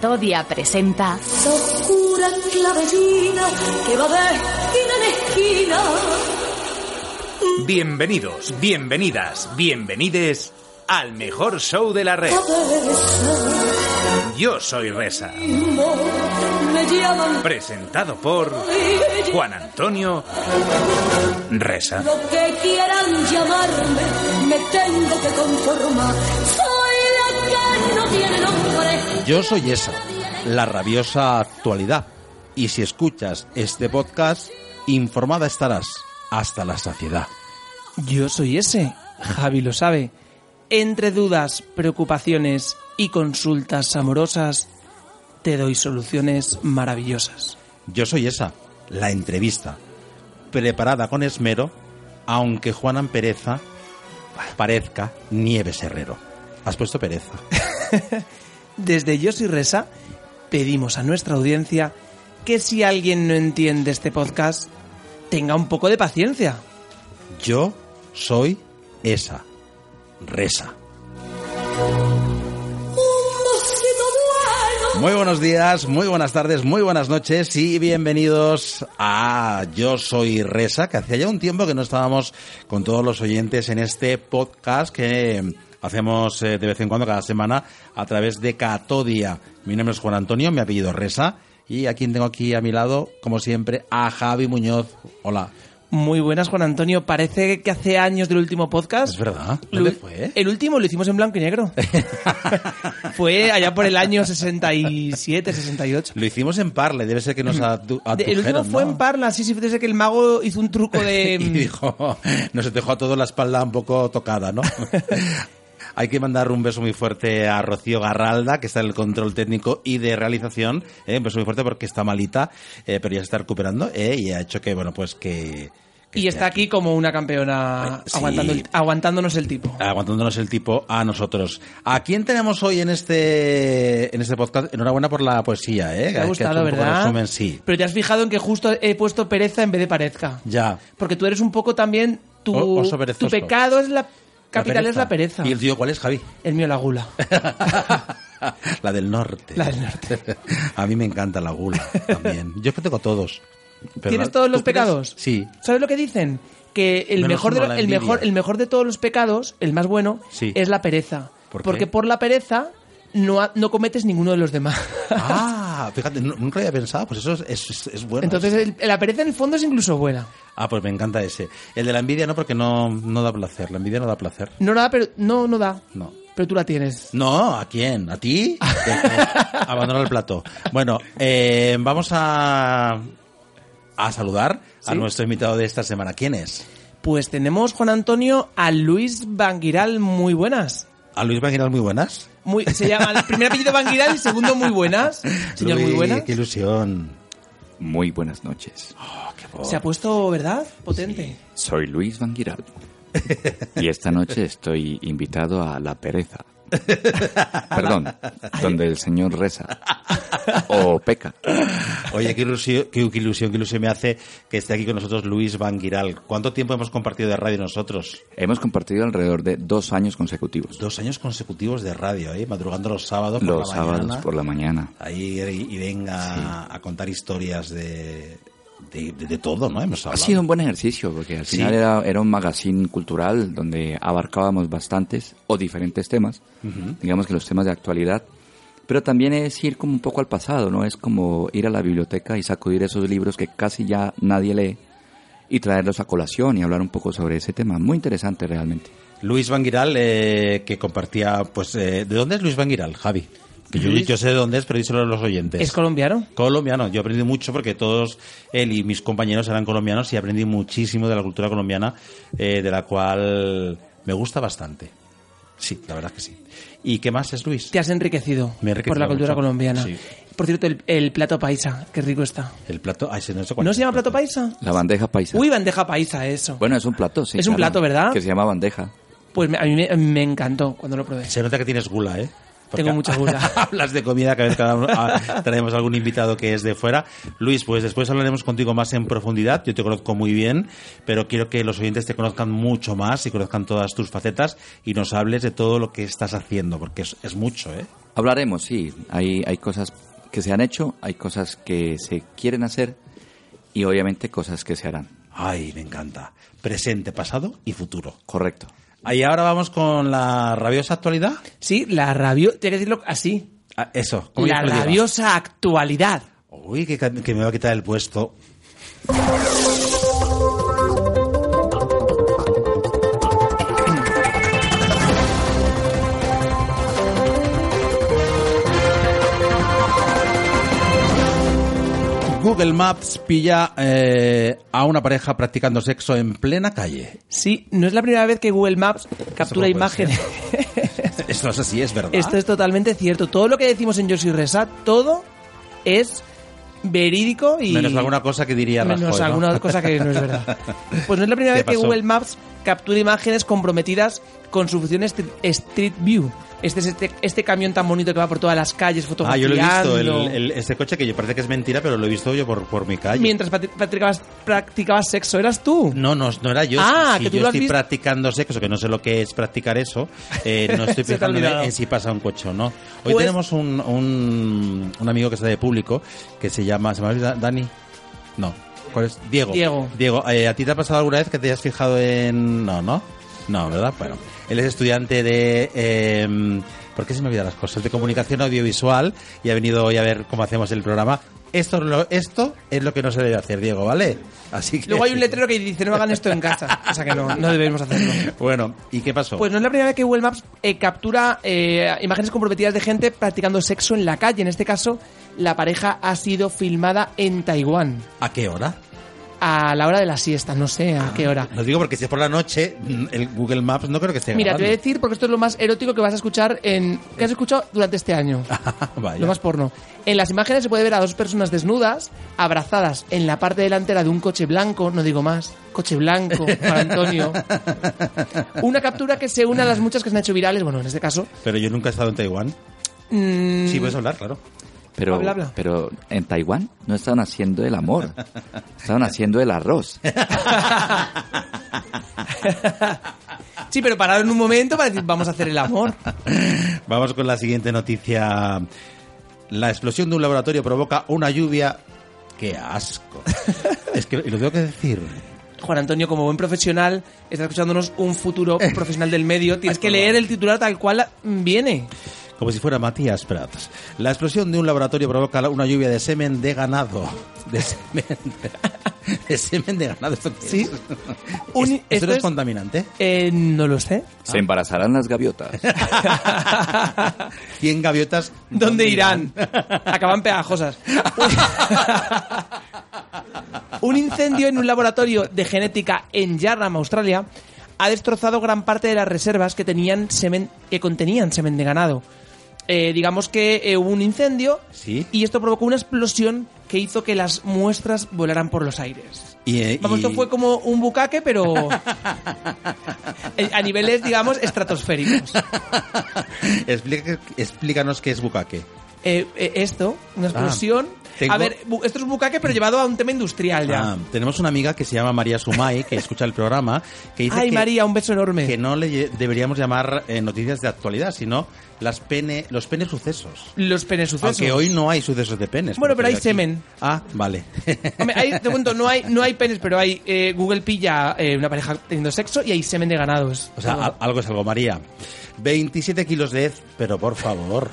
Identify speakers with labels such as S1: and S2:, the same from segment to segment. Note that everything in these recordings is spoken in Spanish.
S1: Melodia presenta
S2: Esa oscura clavelina que va de esquina en esquina.
S3: Bienvenidos, bienvenidas, bienvenides al mejor show de la red.
S2: Cabeza,
S3: Yo soy Reza,
S2: amor, me llaman
S3: presentado por Juan Antonio Reza.
S2: lo que quieran llamarme, me tengo que conformar. Soy la que no tiene nombre.
S4: Yo soy esa, la rabiosa actualidad. Y si escuchas este podcast, informada estarás hasta la saciedad.
S5: Yo soy ese, Javi lo sabe. Entre dudas, preocupaciones y consultas amorosas, te doy soluciones maravillosas.
S4: Yo soy esa, la entrevista, preparada con esmero, aunque Juana Pereza parezca Nieves Herrero. Has puesto pereza.
S5: Desde Yo soy Resa, pedimos a nuestra audiencia que si alguien no entiende este podcast, tenga un poco de paciencia.
S4: Yo soy esa, reza.
S2: Un mosquito bueno.
S4: Muy buenos días, muy buenas tardes, muy buenas noches y bienvenidos a Yo Soy Resa, que hacía ya un tiempo que no estábamos con todos los oyentes en este podcast que hacemos eh, de vez en cuando cada semana a través de Catodia. Mi nombre es Juan Antonio, mi apellido es Resa y a quien tengo aquí a mi lado, como siempre, a Javi Muñoz. Hola.
S5: Muy buenas, Juan Antonio. Parece que hace años del último podcast.
S4: Es verdad.
S5: Lo-
S4: ¿Dónde fue?
S5: El último lo hicimos en blanco y negro. fue allá por el año 67, 68.
S4: Lo hicimos en Parle, debe ser que nos atu-
S5: De- el último
S4: adujeron,
S5: fue
S4: ¿no?
S5: en Parla, sí, sí, desde que el mago hizo un truco de...
S4: y dijo, nos dejó a todos la espalda un poco tocada, ¿no? Hay que mandar un beso muy fuerte a Rocío Garralda, que está en el control técnico y de realización. ¿eh? Un beso muy fuerte porque está malita, eh, pero ya se está recuperando ¿eh? y ha hecho que, bueno, pues que... que esté
S5: y está aquí como una campeona
S4: Ay, sí. Ah,
S5: aguantando el- aguantándonos el tipo.
S4: aguantándonos el tipo a nosotros. ¿A quién tenemos hoy en este en este podcast? Enhorabuena por la poesía, ¿eh?
S5: Te ha gustado, ¿verdad?
S4: Resumen, sí.
S5: Pero te has fijado en que justo he puesto pereza en vez de parezca.
S4: Ya.
S5: Porque tú eres un poco también... Tu,
S4: O- oso
S5: tu
S4: perezoso.
S5: pecado es la... Capital es la pereza.
S4: ¿Y el tío cuál es, Javi?
S5: El mío la gula.
S4: la del norte.
S5: La del norte.
S4: A mí me encanta la gula también. Yo es que tengo todos. Pero
S5: ¿Tienes
S4: la-
S5: todos
S4: ¿tú
S5: los
S4: crees?
S5: pecados?
S4: Sí.
S5: ¿Sabes lo que dicen? Que el
S4: Menos
S5: mejor, de,
S4: uno,
S5: lo-
S4: la
S5: el,
S4: envidia.
S5: mejor, el mejor de todos los pecados, el más bueno,
S4: Sí.
S5: es la pereza.
S4: ¿Por qué?
S5: Porque por la pereza no, ha- no cometes ninguno de los demás.
S4: Ah, fíjate, nu- nunca lo había pensado. Pues eso es, es- es bueno.
S5: Entonces el- la pereza en el fondo es incluso buena.
S4: Ah, pues me encanta ese. El de la envidia no, porque no, no da placer. La envidia no da placer.
S5: No da, pero no, no da.
S4: No.
S5: Pero tú la tienes.
S4: No, ¿a quién? ¿A ti? Abandona el plato. Bueno, eh, vamos a, a saludar a
S5: ¿Sí?
S4: nuestro invitado de esta semana. ¿Quién es?
S5: Pues tenemos Juan Antonio a Luis Banguiral, muy buenas.
S4: A Luis Baguinal, muy buenas.
S5: Muy, se llama el primer apellido Banguiral y segundo muy buenas. Señor, muy
S4: Luis,
S5: buenas.
S4: Qué ilusión.
S6: Muy buenas noches.
S5: Se ha puesto, ¿verdad? Potente.
S6: Soy Luis Van Giral. Y esta noche estoy invitado a La Pereza. Perdón, donde el señor reza. O peca.
S4: Oye, qué ilusión, qué, qué ilusión, qué ilusión me hace que esté aquí con nosotros Luis Banguiral. ¿Cuánto tiempo hemos compartido de radio nosotros?
S6: Hemos compartido alrededor de dos años consecutivos.
S4: Dos años consecutivos de radio, ¿eh? Madrugando los sábados por
S6: Los
S4: la
S6: sábados
S4: mañana.
S6: por la mañana.
S4: Ahí eh, y y venga a contar historias de, de, de- de todo, ¿no? Hemos
S6: Ha
S4: hablado.
S6: sido un buen ejercicio porque al
S4: Sí.
S6: final era, era un magazine cultural donde abarcábamos bastantes o diferentes temas, digamos que los temas de actualidad, pero también es ir como un poco al pasado, ¿no? Es como ir a la biblioteca y sacudir esos libros que casi ya nadie lee y traerlos a colación y hablar un poco sobre ese tema. Muy interesante realmente.
S4: Luis Banguiral, eh, que compartía, pues, eh, ¿de dónde es Luis Banguiral, Javi? Que yo,
S5: Luis-
S4: yo sé de dónde es, pero díselo a los oyentes.
S5: ¿Es colombiano?
S4: Colombiano, yo aprendí mucho porque todos él y mis compañeros eran colombianos y aprendí muchísimo de la cultura colombiana, eh, de la cual me gusta bastante. Sí, la verdad es que sí. ¿Y qué más es Luis?
S5: Te has enriquecido
S4: Me he enriquecido
S5: por la cultura
S4: mucho.
S5: colombiana.
S4: Sí.
S5: Por cierto, el, el plato paisa, qué rico está.
S4: El plato. ah, ese no, sé cuál
S5: ¿No
S4: es.
S5: se llama plato paisa?
S6: La bandeja paisa.
S5: Uy, bandeja paisa, eso.
S6: bueno, es un plato, sí.
S5: Es un plato, ¿verdad?
S6: Que se llama bandeja.
S5: Pues me- a mí me, me encantó cuando lo probé.
S4: Se nota que tienes gula, ¿eh?
S5: Tengo mucha gula.
S4: Hablas de comida cada vez que hablamos- ah, traemos algún invitado que es de fuera. Luis, pues después hablaremos contigo más en profundidad. Yo te conozco muy bien, pero quiero que los oyentes te conozcan mucho más y conozcan todas tus facetas y nos hables de todo lo que estás haciendo, porque es, es mucho, ¿eh?
S6: Hablaremos, sí. Hay, hay cosas que se han hecho, hay cosas que se quieren hacer y obviamente cosas que se harán.
S4: Ay, me encanta. Presente, pasado y futuro.
S6: Correcto.
S4: Ahí ahora vamos con la rabiosa actualidad.
S5: Sí, la rabiosa. Tiene que decirlo así.
S4: Ah, eso. como
S5: La
S4: yo te lo diga.
S5: rabiosa actualidad.
S4: Uy, que, ca- que me va a quitar el puesto. Google Maps pilla eh, a una pareja practicando sexo en plena calle.
S5: Sí, no es la primera vez que Google Maps captura
S4: no puede ¿Ah?
S5: imágenes.
S4: Esto es así, es verdad.
S5: Esto es totalmente cierto. Todo lo que decimos en Yo soy Resa, todo es verídico y...
S4: Menos alguna cosa que diría Rajoy.
S5: menos
S4: ¿no?
S5: alguna cosa que no es verdad. Pues no es la primera
S4: ¿Qué
S5: vez que
S4: pasó?
S5: Google Maps captura imágenes comprometidas con su función Street, Street View. Este es este, este camión tan bonito que va por todas las calles
S4: Ah, yo
S5: fotografiando.
S4: lo he visto, el, el- este coche que yo parece que es mentira, pero lo he visto yo por, por mi calle.
S5: Mientras practi- practicabas, practicabas sexo, ¿eras tú?
S4: No, no, no era yo.
S5: Ah,
S4: si
S5: que tú
S4: yo
S5: lo has
S4: estoy
S5: visto.
S4: practicando sexo, que no sé lo que es practicar eso, eh, no estoy
S5: Se te ha
S4: fijándome
S5: olvidado.
S4: en si pasa un coche o no. Hoy
S5: Pues-
S4: tenemos un, un, un amigo que está de público que se llama. ¿Se me olvida? ¿Dani? No. ¿Cuál es? Diego.
S5: Diego.
S4: Diego, eh, ¿a ti te ha pasado alguna vez que te hayas fijado en.? No, no. No, ¿verdad? Bueno. Él es estudiante de. eh, ¿Por qué se me olvidan las cosas? De comunicación audiovisual y ha venido hoy a ver cómo hacemos el programa. Esto, es lo- esto es lo que no se debe hacer, Diego, ¿vale? Así que...
S5: Luego hay un letrero que dice no hagan esto en casa. O sea que no, no debemos hacerlo.
S4: Bueno, ¿y qué pasó?
S5: Pues no es la primera vez que Google Maps eh, captura eh, imágenes comprometidas de gente practicando sexo en la calle. En este caso, la pareja ha sido filmada en Taiwán.
S4: ¿A qué hora?
S5: A la hora de la siesta, Ah, no sé a qué hora.
S4: Lo digo porque si es por la noche, mm, el Google Maps no creo que esté
S5: Mira, te voy a
S4: grabando.
S5: decir porque esto es lo más erótico que vas a escuchar en. que has escuchado durante este año.
S4: Vaya.
S5: Lo más porno. En las imágenes se puede ver a dos personas desnudas, abrazadas en la parte delantera de un coche blanco, no digo más, coche blanco para Antonio. Una captura que se une a las muchas que se han hecho virales, bueno, en este caso.
S4: Pero yo nunca he estado en Taiwán.
S5: mm,
S4: Sí, puedes hablar, claro.
S6: Pero,
S5: Habla, habla.
S6: pero en Taiwán no estaban haciendo el amor, estaban haciendo el arroz.
S5: Sí, pero pararon un momento para decir, vamos a hacer el amor.
S4: Vamos con la siguiente noticia. La explosión de un laboratorio provoca una lluvia. ¡Qué asco! es que lo tengo que decir.
S5: Juan Antonio, como buen profesional, está escuchándonos un futuro profesional del medio. Tienes que leer el titular tal cual viene.
S4: Como si fuera Matías Prats. La explosión de un laboratorio provoca la- una lluvia de semen de ganado. De semen de, de semen de ganado. ¿Esto qué es?
S5: Sí. Un-
S4: ¿Es- ¿Esto
S5: esto
S4: no es
S5: es-
S4: contaminante?
S5: Eh, no lo sé.
S6: Se embarazarán las gaviotas.
S4: 100 gaviotas.
S5: ¿Dónde irán? Acaban pegajosas. un incendio en un laboratorio de genética en Yarram, Australia, ha destrozado gran parte de las reservas que, tenían semen, que contenían semen de ganado. Eh, digamos que eh, hubo un incendio
S4: Sí.
S5: y esto provocó una explosión que hizo que las muestras volaran por los aires.
S4: Y, eh,
S5: Vamos,
S4: y-
S5: esto fue como un bucaque, pero eh, a niveles, digamos, estratosféricos.
S4: Explica- explícanos qué es bucaque.
S5: Eh, eh, esto, una explosión.
S4: Ah. tengo-
S5: A ver, bu- esto es un bucaque, pero llevado a un tema industrial ya.
S4: Ah, tenemos una amiga que se llama María Sumay, que escucha el programa, que dice
S5: Ay,
S4: que,
S5: María, un beso enorme.
S4: que no le lle- deberíamos llamar eh, noticias de actualidad, sino las pene, los pene sucesos.
S5: Los penes sucesos.
S4: Aunque hoy no hay sucesos de penes.
S5: Bueno,
S4: porque
S5: pero hay
S4: aquí-
S5: semen.
S4: Ah, vale.
S5: Hombre, hay- te cuento, no hay, no hay penes, pero hay eh, Google pilla eh, una pareja teniendo sexo y hay semen de ganados.
S4: O sea,
S5: Bueno,
S4: al- algo es algo, María. 27 kilos de hez, pero por favor.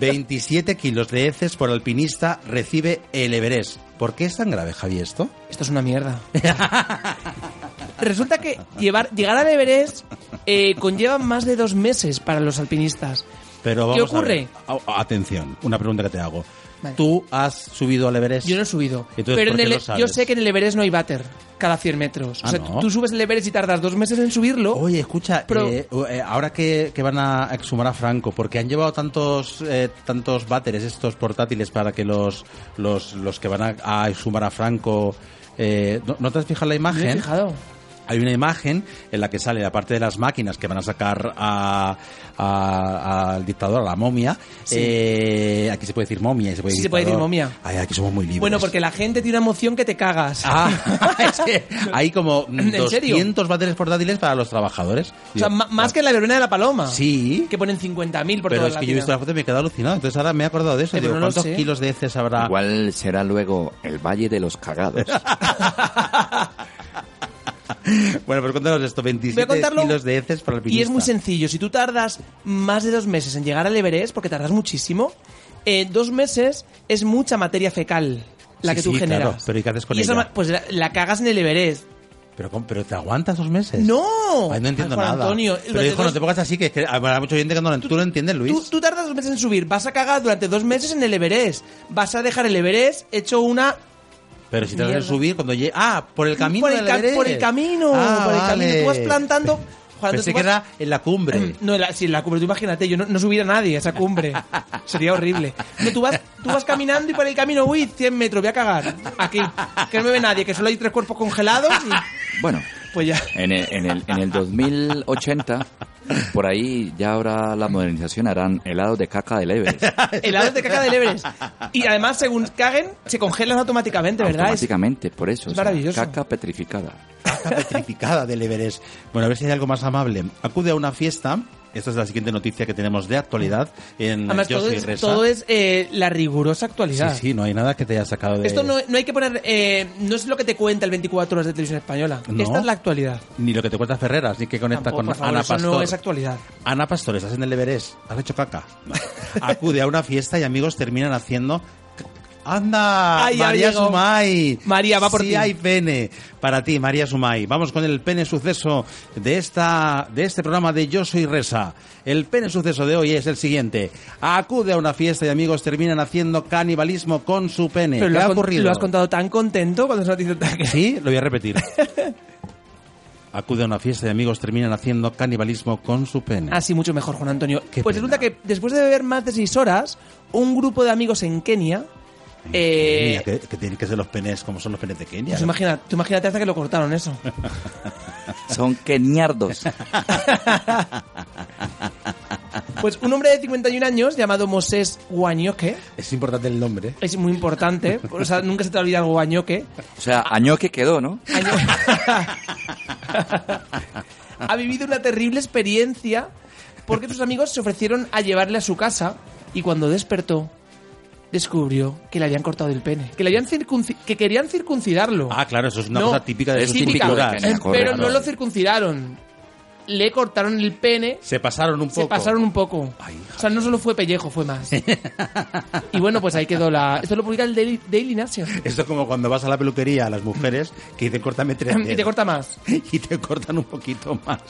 S4: 27 kilos de heces por alpinista recibe el Everest. ¿Por qué es tan grave, Javi, esto?
S5: esto es una mierda. Resulta que llevar, llegar al Everest eh, conlleva más de dos meses para los alpinistas.
S4: Pero vamos
S5: ¿Qué
S4: a ver.
S5: ocurre?
S4: A- atención, una pregunta que te hago.
S5: Vale.
S4: ¿Tú has subido al Everest?
S5: Yo no he subido.
S4: Entonces, ¿por
S5: pero en
S4: qué
S5: el- E,
S4: lo sabes?
S5: yo sé que en el Everest no hay váter cada 100 metros.
S4: Ah,
S5: o sea,
S4: ¿no?
S5: tú subes el Everest y tardas dos meses en subirlo.
S4: Oye, escucha,
S5: Pero-
S4: eh, eh, ahora que, que van a exhumar a Franco, porque han llevado tantos eh, tantos váteres, estos portátiles, para que los los, los que van a, a exhumar a Franco... eh, ¿no, no te has fijado en la
S5: Me he
S4: imagen?
S5: fijado.
S4: Hay una imagen en la que sale la parte de las máquinas que van a sacar a- a- al dictador, a la momia. Eh, aquí se puede decir momia. y Se puede
S5: Sí, se puede decir
S4: dictador.
S5: momia.
S4: Ay, aquí somos muy libres.
S5: Bueno, porque la gente tiene una emoción que te cagas.
S4: Ah, es que hay como
S5: ¿En serio?
S4: 200 baterías portátiles para los trabajadores.
S5: o sea,
S4: Digo,
S5: ma- más que en la verbena de la paloma.
S4: Sí.
S5: Que ponen 50.000 por
S4: Pero
S5: toda
S4: es
S5: la
S4: que yo he visto
S5: Latina.
S4: la foto y me he quedado alucinado. Entonces ahora me he acordado de eso.
S5: Eh, pero
S4: Digo,
S5: no lo
S4: ¿cuántos
S5: sé.
S4: kilos de heces habrá?
S6: Igual será luego el Valle de los Cagados.
S4: Bueno, pues cuéntanos esto. 27
S5: Voy a contarlo.
S4: kilos de heces para el
S5: Y es muy
S4: alpinista.
S5: sencillo. Si tú tardas más de dos meses en llegar al Everest, porque tardas muchísimo, eh, dos meses es mucha materia fecal la
S4: Sí,
S5: que tú
S4: sí,
S5: generas.
S4: claro, pero ¿y qué haces con
S5: esa
S4: ella?
S5: ma- Pues la, la cagas en el Everest.
S4: Pero, ¿cómo? ¿Pero te aguantas dos meses?
S5: ¡No!
S4: Ay, no entiendo
S5: Juan
S4: nada.
S5: Antonio,
S4: Pero
S5: durante
S4: hijo, no
S5: dos-
S4: te pongas así, que, es que habrá mucha gente que no lo Tú lo entiendes, Luis.
S5: Tú, tú tardas dos meses en subir, vas a cagar durante dos meses en el Everest. Vas a dejar el Everest hecho una.
S4: Pero si te vas a
S5: Mierda.
S4: subir cuando llegue... Ah, por el camino.
S5: por, el
S4: del
S5: ca-
S4: Everest.
S5: por el camino.
S4: Ah,
S5: por el
S4: vale.
S5: camino. Tú vas plantando. Juan Antonio,
S4: Pensé
S5: tú
S4: que
S5: vas-
S4: era eh. en la cumbre.
S5: No, en la, sí, en la cumbre, tú imagínate, yo no, no subiera a nadie a esa cumbre. Sería horrible. No, tú, vas, tú vas caminando y por el camino, uy, 100 metros, voy a cagar. Aquí, que no me ve nadie, que solo hay tres cuerpos congelados y
S6: Bueno,
S5: pues ya.
S6: en el, en, el, en el 2080, por ahí ya habrá la modernización, harán helados de caca de leves.
S5: Helados de caca del Everest. Y además, según caguen, se congelan automáticamente, ¿verdad? Es-
S6: Automáticamente, por eso.
S5: Es
S6: o sea,
S5: maravilloso.
S6: Caca petrificada.
S4: Está petrificada del Everest. Bueno, a ver si hay algo más amable. Acude a una fiesta. Esta es la siguiente noticia que tenemos de actualidad en
S5: además,
S4: Yo
S5: todo
S4: soy
S5: es,
S4: Resa.
S5: todo es, eh, la rigurosa actualidad.
S4: Sí, sí, no hay nada que te haya sacado de...
S5: Esto no, no hay que poner. eh, no es lo que te cuenta el 24 horas de televisión española.
S4: No.
S5: Esta es la actualidad.
S4: Ni lo que te cuenta Ferreras, ni que conecta
S5: Tampoco,
S4: con
S5: por favor,
S4: Ana
S5: eso
S4: Pastor.
S5: no es actualidad.
S4: Ana Pastor, estás en el Everest, has hecho caca. Acude a una fiesta y amigos terminan haciendo... ¡Anda!
S5: Ay, ya
S4: María
S5: llegó.
S4: Sumay.
S5: María, va por
S4: sí
S5: ti.
S4: hay pene. Para ti, María Sumay. Vamos con el pene suceso de, esta, de este programa de Yo Soy Resa. El pene suceso de hoy es el siguiente. Acude a una fiesta y amigos terminan haciendo canibalismo con su pene.
S5: Pero
S4: ¿Qué
S5: lo
S4: ha
S5: has, con-
S4: ocurrido?
S5: lo has contado tan contento cuando se noticia tan
S4: Sí, lo voy a repetir. Acude a una fiesta y amigos terminan haciendo canibalismo con su pene.
S5: Así Ah, mucho mejor, Juan Antonio.
S4: Qué
S5: pues
S4: pena.
S5: resulta que después de beber más de seis horas, un grupo de amigos en Kenia. Eh,
S4: Mira, que, que tienen que ser los penes como son los penes de Kenia.
S5: pues imagina, tú imagínate hasta que lo cortaron eso.
S6: Son queniardos.
S5: Pues un hombre de 51 años llamado Moses Guañoque,
S4: Es importante el nombre.
S5: es muy importante, o sea, nunca se te olvida algo Guañoque,
S6: O sea, año que quedó, ¿no?
S5: Año- ha vivido una terrible experiencia porque sus amigos se ofrecieron a llevarle a su casa y cuando despertó descubrió que le habían cortado el pene, que le habían circunci- que querían circuncidarlo.
S4: Ah, claro, eso es una
S5: No,
S4: cosa típica de
S6: es
S4: sus
S6: típica,
S4: culturas.
S6: de Kenia,
S5: pero
S6: correcto.
S5: no lo circuncidaron. Le cortaron el pene,
S4: Se pasaron un poco.
S5: se pasaron un poco.
S4: Ay, hija.
S5: o sea, no solo fue pellejo, fue más. y bueno, pues ahí quedó la esto lo publica el Daily, Daily Nation.
S4: Esto es como cuando vas a la peluquería a las mujeres que dicen córtame tres
S5: Y te
S4: dedos".
S5: corta más.
S4: Y te cortan un poquito más.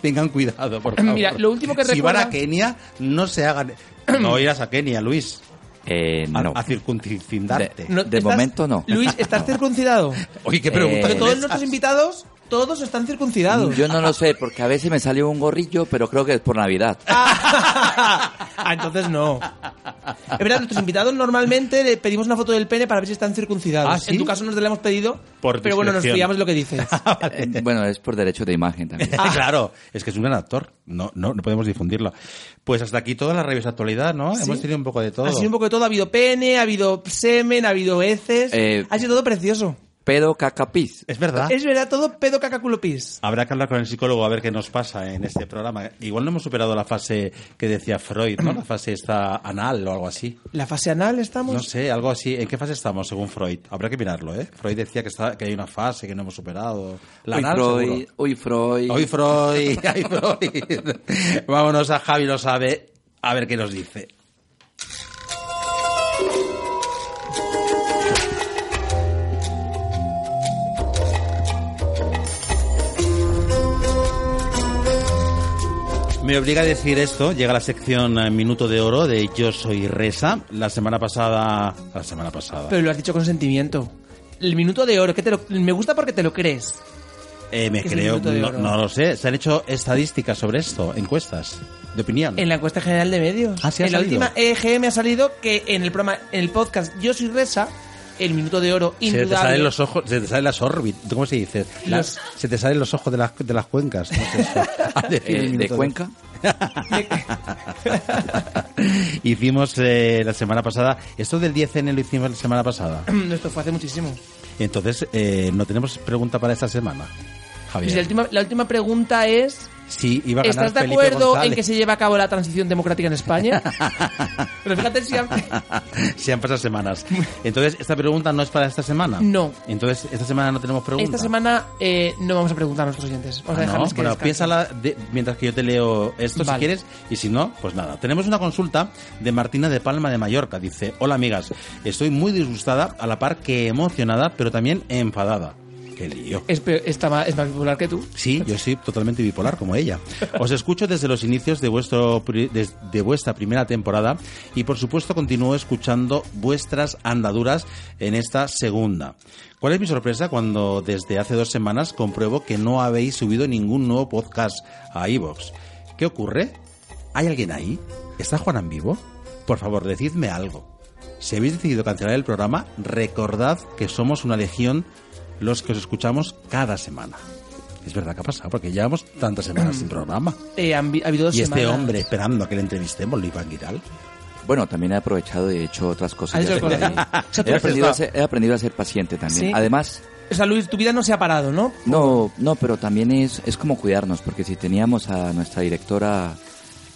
S4: Tengan cuidado, por favor.
S5: Mira, lo último que
S4: Si van a
S5: recuerda-
S4: Kenia, no se hagan... No irás a Kenia, Luis,
S6: Eh,
S4: a,
S6: no.
S4: a circuncidarte.
S5: No,
S6: De momento no.
S5: Luis, ¿estás circuncidado?
S4: Oye, qué pregunta.
S5: Porque
S6: Eh,
S4: con
S5: todos
S4: esas.
S5: nuestros invitados, todos están circuncidados.
S6: Yo no lo sé, porque a veces me salió un gorrillo, pero creo que es por Navidad.
S5: Ah, entonces no. Es verdad, nuestros invitados normalmente le pedimos una foto del pene para ver si están circuncidados.
S4: ¿Ah, sí?
S5: En tu caso nos la hemos pedido,
S4: Por
S5: pero bueno, nos
S4: discreción.
S5: fiamos de lo que dices.
S6: Eh, bueno, es por derecho de imagen también.
S4: Ah, claro, es que es un gran actor. No, no, no podemos difundirlo. Pues hasta aquí toda la revista actualidad, ¿no?
S5: Sí.
S4: Hemos tenido un poco de todo.
S5: Ha sido un poco de todo. Ha habido pene, ha habido semen, ha habido heces.
S6: Eh,
S5: ha sido todo precioso.
S6: Pedo cacapis.
S4: Es verdad.
S5: Es verdad, todo pedo cacaculopis.
S4: Habrá que hablar con el psicólogo a ver qué nos pasa en este programa. Igual no hemos superado la fase que decía Freud, ¿no? La fase esta anal o algo así.
S5: La fase anal estamos.
S4: No sé, algo así. ¿En qué fase estamos según Freud? Habrá que mirarlo, ¿eh? Freud decía que, está, que hay una fase que no hemos superado. La
S6: Hoy
S4: anal,
S6: Freud,
S4: seguro.
S6: hoy Freud.
S4: Hoy Freud, ay, Freud. Vámonos a Javi lo sabe, a ver qué nos dice. Me obliga a decir esto, llega la sección eh, Minuto de Oro de Yo Soy Resa. La semana pasada... La semana pasada.
S5: Pero lo has dicho con sentimiento. El minuto de oro, que te lo- me gusta porque te lo crees.
S4: Eh, me
S5: ¿Qué es el
S4: creo,
S5: Minuto de
S4: no,
S5: Oro?
S4: no lo sé. Se han hecho estadísticas sobre esto, encuestas de opinión.
S5: En la encuesta general de medios.
S4: Ah, sí, ha
S5: en la E
S4: salido.
S5: última EGM ha salido que en el programa, en el podcast Yo soy Resa, el minuto de oro
S4: Se
S5: indudable.
S4: te salen los ojos, se te salen las órbitas, ¿cómo se dice? Las- se te salen los ojos de las, de las cuencas. ¿no? A decir
S6: Eh,
S4: el
S6: de
S4: minuto
S6: Cuenca.
S4: Hicimos eh, la semana pasada, esto del 10N lo hicimos la semana pasada.
S5: Esto fue hace muchísimo.
S4: Entonces, eh, no tenemos pregunta para esta semana,
S5: Pues la,
S4: Javier.
S5: última, la última pregunta es...
S4: Sí, iba a ganar
S5: ¿Estás de
S4: Felipe
S5: acuerdo en
S4: González.
S5: que se lleva a cabo la transición democrática en España? Pero fíjate si... han-
S4: Se han pasado semanas. Entonces, esta pregunta no es para esta semana.
S5: No.
S4: Entonces, esta semana no tenemos pregunta.
S5: Esta semana eh, no vamos a preguntar a nuestros oyentes. Vamos
S4: Ah,
S5: a
S4: no,
S5: dejarles que
S4: bueno,
S5: descansen.
S4: piénsala de- mientras que yo te leo esto si
S5: Vale.
S4: quieres y si no, pues nada. Tenemos una consulta de Martina de Palma de Mallorca. Dice, hola amigas, estoy muy disgustada a la par que emocionada, pero también enfadada. Qué lío.
S5: Es, pe- está ma- es más popular que tú.
S4: Sí, yo soy totalmente bipolar como ella. Os escucho desde los inicios de, vuestro, pri- des- de vuestra primera temporada y por supuesto continúo escuchando vuestras andaduras en esta segunda. ¿Cuál es mi sorpresa cuando desde hace dos semanas compruebo que no habéis subido ningún nuevo podcast a iVoox? ¿Qué ocurre? ¿Hay alguien ahí? ¿Está Juan en vivo? Por favor, decidme algo. Si habéis decidido cancelar el programa, recordad que somos una legión los que os escuchamos cada semana. Es verdad que ha pasado, porque llevamos tantas semanas sin programa.
S5: Eh, han vi- ha habido dos
S4: Y
S5: semanas.
S4: este hombre esperando a que le entrevistemos, lo Iván Giral.
S6: Bueno, también he aprovechado y he hecho otras
S5: Has
S4: Ah,
S6: cosas.
S5: hecho
S6: Ya
S5: cosas.
S6: aprendí-
S5: O sea, tú
S6: he,
S5: has
S6: aprendido a
S5: estado-
S6: ser, he aprendido a ser paciente también.
S5: Sí.
S6: Además,
S5: O sea, Luis, tu vida no se ha parado, ¿no?
S6: no, no, pero también es, es como cuidarnos, porque si teníamos a nuestra directora,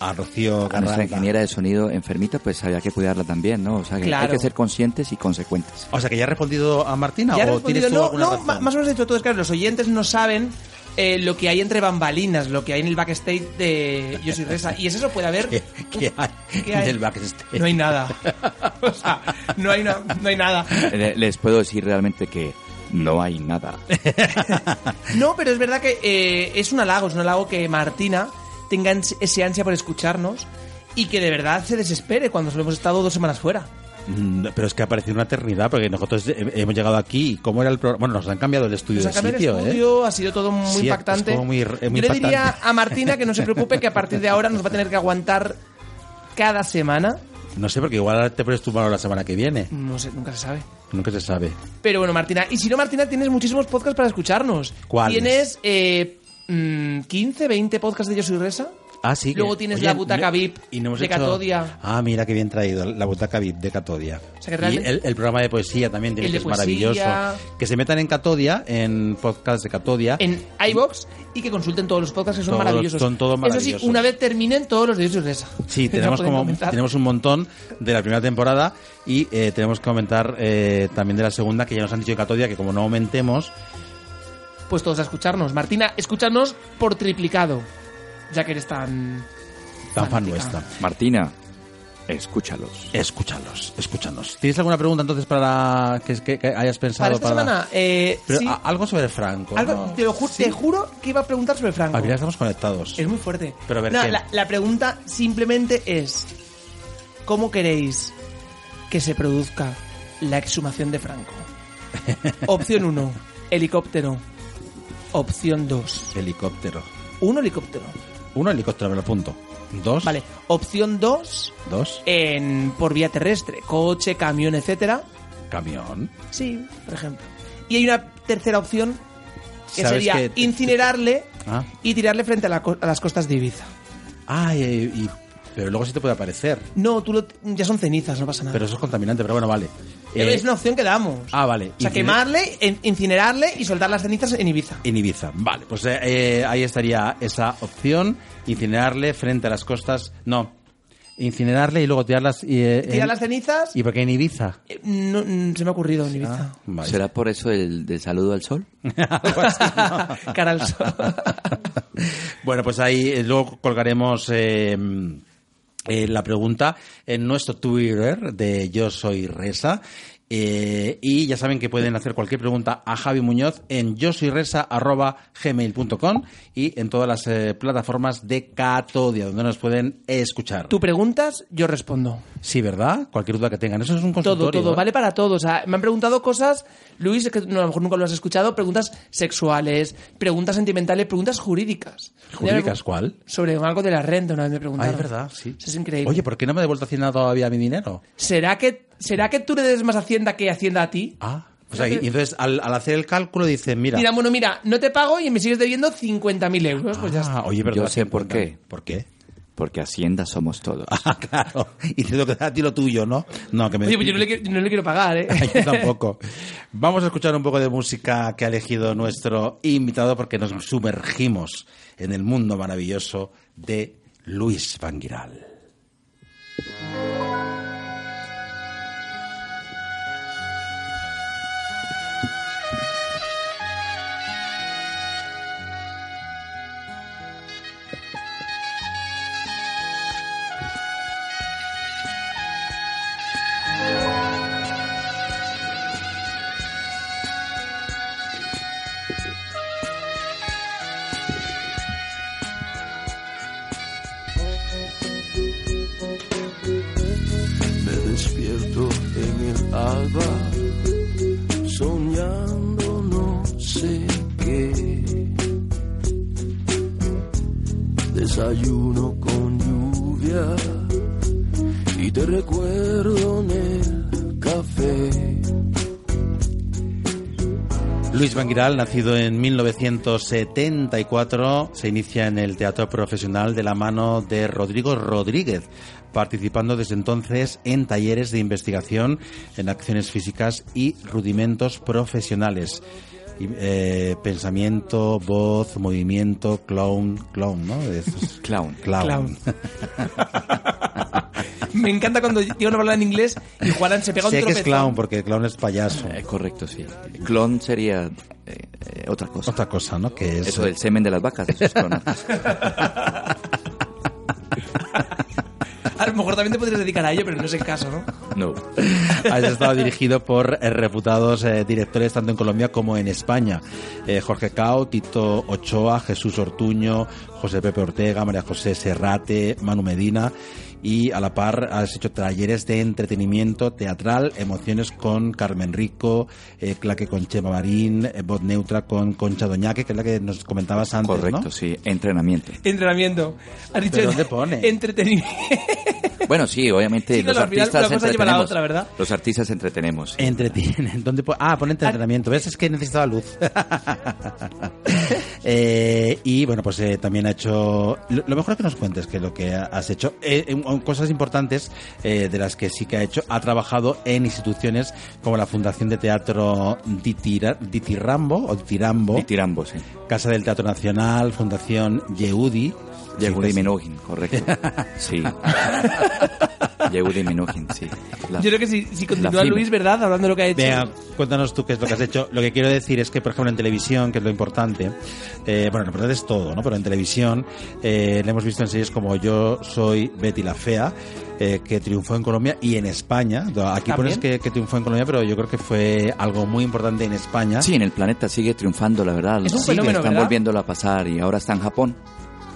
S4: A Rocío
S6: a nuestra
S4: Garralda.
S6: ingeniera de sonido enfermita, pues había que cuidarla también, ¿no? O sea, que hay
S5: Claro.
S6: que ser conscientes y consecuentes.
S4: O sea, que ya ha respondido a Martina
S5: Ya he
S4: o tienes
S5: respondido,
S4: tú
S5: no,
S4: alguna
S5: no,
S4: razón?
S5: ma- más o menos he dicho todo. Es claro, los oyentes no saben eh, lo que hay entre bambalinas, lo que hay en el backstage de Yo soy Reza. Y es eso, puede haber...
S4: ¿Qué, qué hay
S5: ¿Qué hay?
S4: del backstage?
S5: No hay nada. O sea, no hay, na- no hay nada.
S6: Le- Les puedo decir realmente que no hay nada.
S5: No, pero es verdad que eh, es un halago, es un halago que Martina tenga ens- ese ansia por escucharnos y que de verdad se desespere cuando solo hemos estado dos semanas fuera.
S4: Mm, Pero es que ha parecido una eternidad, porque nosotros eh, hemos llegado aquí. y ¿Cómo era el programa? Bueno, nos han cambiado el estudio
S5: Nos ha
S4: de
S5: cambiado el
S4: sitio, ¿eh?
S5: estudio, ha sido todo muy
S4: Sí, es
S5: impactante.
S4: como muy- es muy
S5: Yo le
S4: impactante.
S5: diría a Martina que no se preocupe, que a partir de ahora nos va a tener que aguantar cada semana.
S4: No sé, porque igual te pones tu mano la semana que viene.
S5: No sé, nunca se sabe.
S4: Nunca se sabe.
S5: Pero bueno, Martina, y si no, Martina, tienes muchísimos podcasts para escucharnos.
S4: ¿Cuáles?
S5: Tienes eh, mm, 15, 20 podcasts de Yo Soy Resa.
S4: Ah, sí. que-
S5: Luego tienes
S4: Oye,
S5: la butaca
S4: no-
S5: VIP
S4: y no hemos
S5: de
S4: hecho-
S5: Catodia.
S4: Ah, mira qué bien traído, la butaca VIP de Catodia.
S5: sea
S4: y
S5: que realmente-
S4: el, el programa de poesía también tiene
S5: El
S4: que
S5: de
S4: es maravilloso.
S5: poesía.
S4: Que se metan en Catodia, en podcast de Catodia.
S5: en iBox y que consulten todos los podcasts que son
S4: Todos-
S5: maravillosos.
S4: son todos
S5: Eso
S4: maravillosos.
S5: sí, una vez terminen todos los de Yo Soy Resa.
S4: Sí,
S5: Ya
S4: tenemos
S5: pueden
S4: como
S5: comentar.
S4: tenemos un montón de la primera temporada y eh, tenemos que aumentar eh, también de la segunda, que ya nos han dicho en Catodia que como no aumentemos,
S5: Pues todos a escucharnos. Martina, escúchanos por triplicado. Ya que eres tan.
S4: tan fan
S5: Fantástica.
S4: nuestra.
S6: Martina, escúchalos.
S4: Escúchalos, escúchanos. ¿Tienes alguna pregunta entonces para que, que- que hayas
S5: Para
S4: pensado
S5: esta
S4: para,
S5: semana, eh,
S4: Pero
S5: sí,
S4: a- algo sobre Franco?
S5: algo-
S4: ¿no?
S5: te, lo ju- te juro que iba a preguntar sobre Franco.
S4: Al final estamos conectados.
S5: Es muy fuerte.
S4: Pero a ver,
S5: No,
S4: ¿qué?
S5: la, la pregunta simplemente es: ¿Cómo queréis que se produzca la exhumación de Franco? Opción 1, helicóptero. Opción 2,
S4: Helicóptero.
S5: un helicóptero.
S4: Uno, helicóptero, me lo apunto. Dos.
S5: Vale, opción 2,
S4: Dos.
S5: en, por vía terrestre, coche, camión, etcétera.
S4: Camión.
S5: Sí, por ejemplo. Y hay una tercera opción que
S4: ¿Sabes
S5: sería
S4: que-
S5: incinerarle
S4: Ah.
S5: y tirarle frente a, la co- a las costas de Ibiza.
S4: Ay, ay, Ah, y- pero luego sí te puede aparecer.
S5: No, tú lo- ya son cenizas, no pasa nada.
S4: Pero eso es contaminante, pero bueno, vale.
S5: Ah. Pero
S4: Eh,
S5: es una opción que damos.
S4: ah, vale.
S5: O sea,
S4: Inciner-
S5: quemarle, en- incinerarle y soltar las cenizas en Ibiza.
S4: En Ibiza. Vale, pues eh, eh, ahí estaría esa opción. Incinerarle frente a las costas. No. Incinerarle y luego tirarlas. Y, eh,
S5: Tirar
S4: en-
S5: las cenizas.
S4: ¿Y por qué en Ibiza?
S5: eh, no, mm, se me ha ocurrido en Ibiza.
S4: Ah, vale.
S6: ¿Será por eso el del saludo al sol?
S4: Algo así, ¿no?
S5: Cara al sol.
S4: Bueno, pues ahí eh, luego colgaremos eh, eh, la pregunta en nuestro Twitter de Yo Soy Resa. Eh, y ya saben que pueden hacer cualquier pregunta a Javi Muñoz en yo soy y en todas las eh, plataformas de Catodia, donde nos pueden escuchar.
S5: Tú preguntas, yo respondo.
S4: Sí, ¿verdad? Cualquier duda que tengan. Eso es un
S5: Todo,
S4: consultorio.
S5: todo,
S4: ¿eh?
S5: vale para todo. O sea, me han preguntado cosas, Luis, que no, a lo mejor nunca lo has escuchado, preguntas sexuales, preguntas sentimentales, preguntas jurídicas.
S4: ¿Jurídicas cuál?
S5: Sobre algo de la renta, una vez me
S4: Ah,
S5: preguntaron.
S4: es verdad, sí.
S5: Eso es increíble.
S4: Oye, ¿por qué no me ha devuelto Hacienda todavía mi dinero?
S5: ¿será que, ¿Será que tú le des más Hacienda que Hacienda a ti?
S4: Ah, o sea, y y entonces al, al hacer el cálculo dicen, mira.
S5: Mira, bueno, mira, no te pago y me sigues debiendo 50.000 euros. Pues ya
S4: ah,
S5: está.
S4: oye, verdad.
S6: Yo sé por qué.
S4: ¿Por qué?
S6: Porque Hacienda somos todos.
S4: Ah, claro. Y te lo que da a ti lo tuyo, ¿no? No, que me
S5: Oye, pues yo no le, quiero- no le quiero pagar, ¿eh?
S4: Ay, yo tampoco. Vamos a escuchar un poco de música que ha elegido nuestro invitado porque nos sumergimos en el mundo maravilloso de Luis Vanguiral.
S1: me despierto en el alba, soñando no sé qué. Desayuno con lluvia y te recuerdo en el café.
S4: Luis Vanguiral, nacido en 1974, se inicia en el teatro profesional de la mano de Rodrigo Rodríguez, participando desde entonces en talleres de investigación en acciones físicas y rudimentos profesionales. Y, eh, pensamiento, voz, movimiento, clown, clown, ¿no? De esos-
S6: Clown.
S4: Clown.
S5: Me encanta cuando digo una palabra en inglés y Juanan se pega un
S4: Sé que
S5: tropezón.
S4: es clown porque clown es payaso.
S6: Eh, correcto, sí. Clon sería eh, eh, otra cosa.
S4: Otra cosa, ¿no? Que es
S6: Eso del semen de las vacas, eso es clon.
S5: A lo mejor también te podrías dedicar a ello, pero no es el caso, ¿no?
S6: No.
S4: Has estado dirigido por eh, reputados eh, directores tanto en Colombia como en España. Eh, Jorge Cao, Tito Ochoa, Jesús Ortuño, José Pepe Ortega, María José Serrate, Manu Medina. Y a la par has hecho talleres de entretenimiento teatral, emociones con Carmen Rico, eh, claque con Chema Marín, eh, voz neutra con Concha Doñaque, que es la que nos comentabas antes,
S6: Correcto,
S4: ¿no?
S6: sí. Entrenamiento.
S5: Entrenamiento. Has dicho
S4: ¿Pero dónde pone?
S5: entretenimiento.
S6: Bueno, sí, obviamente
S5: Sí,
S6: los
S5: claro, al final
S6: artistas
S5: una cosa lleva a la
S6: entretenemos.
S5: otra, ¿verdad?
S6: Los artistas entretenemos.
S4: Entretienen. ¿Dónde po- ah, pon entretenimiento. ¿Ves? Es que necesitaba luz. Eh, y bueno, pues eh, también ha hecho. Lo, lo mejor es que nos cuentes que lo que ha- has hecho. Eh, en- en cosas importantes eh, de las que sí que ha hecho. Ha trabajado en instituciones como la Fundación de Teatro Ditira- Ditirambo o Ditirambo,
S6: Y tirambos, ¿Oh? ¿eh? sí.
S4: Casa del Teatro Nacional, Fundación Yehudi.
S6: Yehudi
S4: Sí,
S6: Menogin, correcto. Sí. Yehudi Menogin, sí. La-
S5: Yo creo que si, si continúa
S6: fibra.
S5: Luis, ¿verdad? Hablando de lo que ha hecho.
S4: Vea, cuéntanos tú qué es lo que has hecho. Lo que quiero decir es que, por ejemplo, en televisión, que es lo importante, eh, bueno, lo importante es todo, ¿no? Pero en televisión eh, le hemos visto en series como Yo soy Betty la Fea, eh, que triunfó en Colombia y en España. Aquí
S5: ¿También?
S4: pones que, que triunfó en Colombia, pero yo creo que fue algo muy importante en España.
S6: Sí, en el planeta sigue triunfando, la verdad.
S5: Es un
S6: Sigue,
S5: fenómeno,
S6: Están
S5: ¿verdad?
S6: volviéndola a pasar y ahora está en Japón.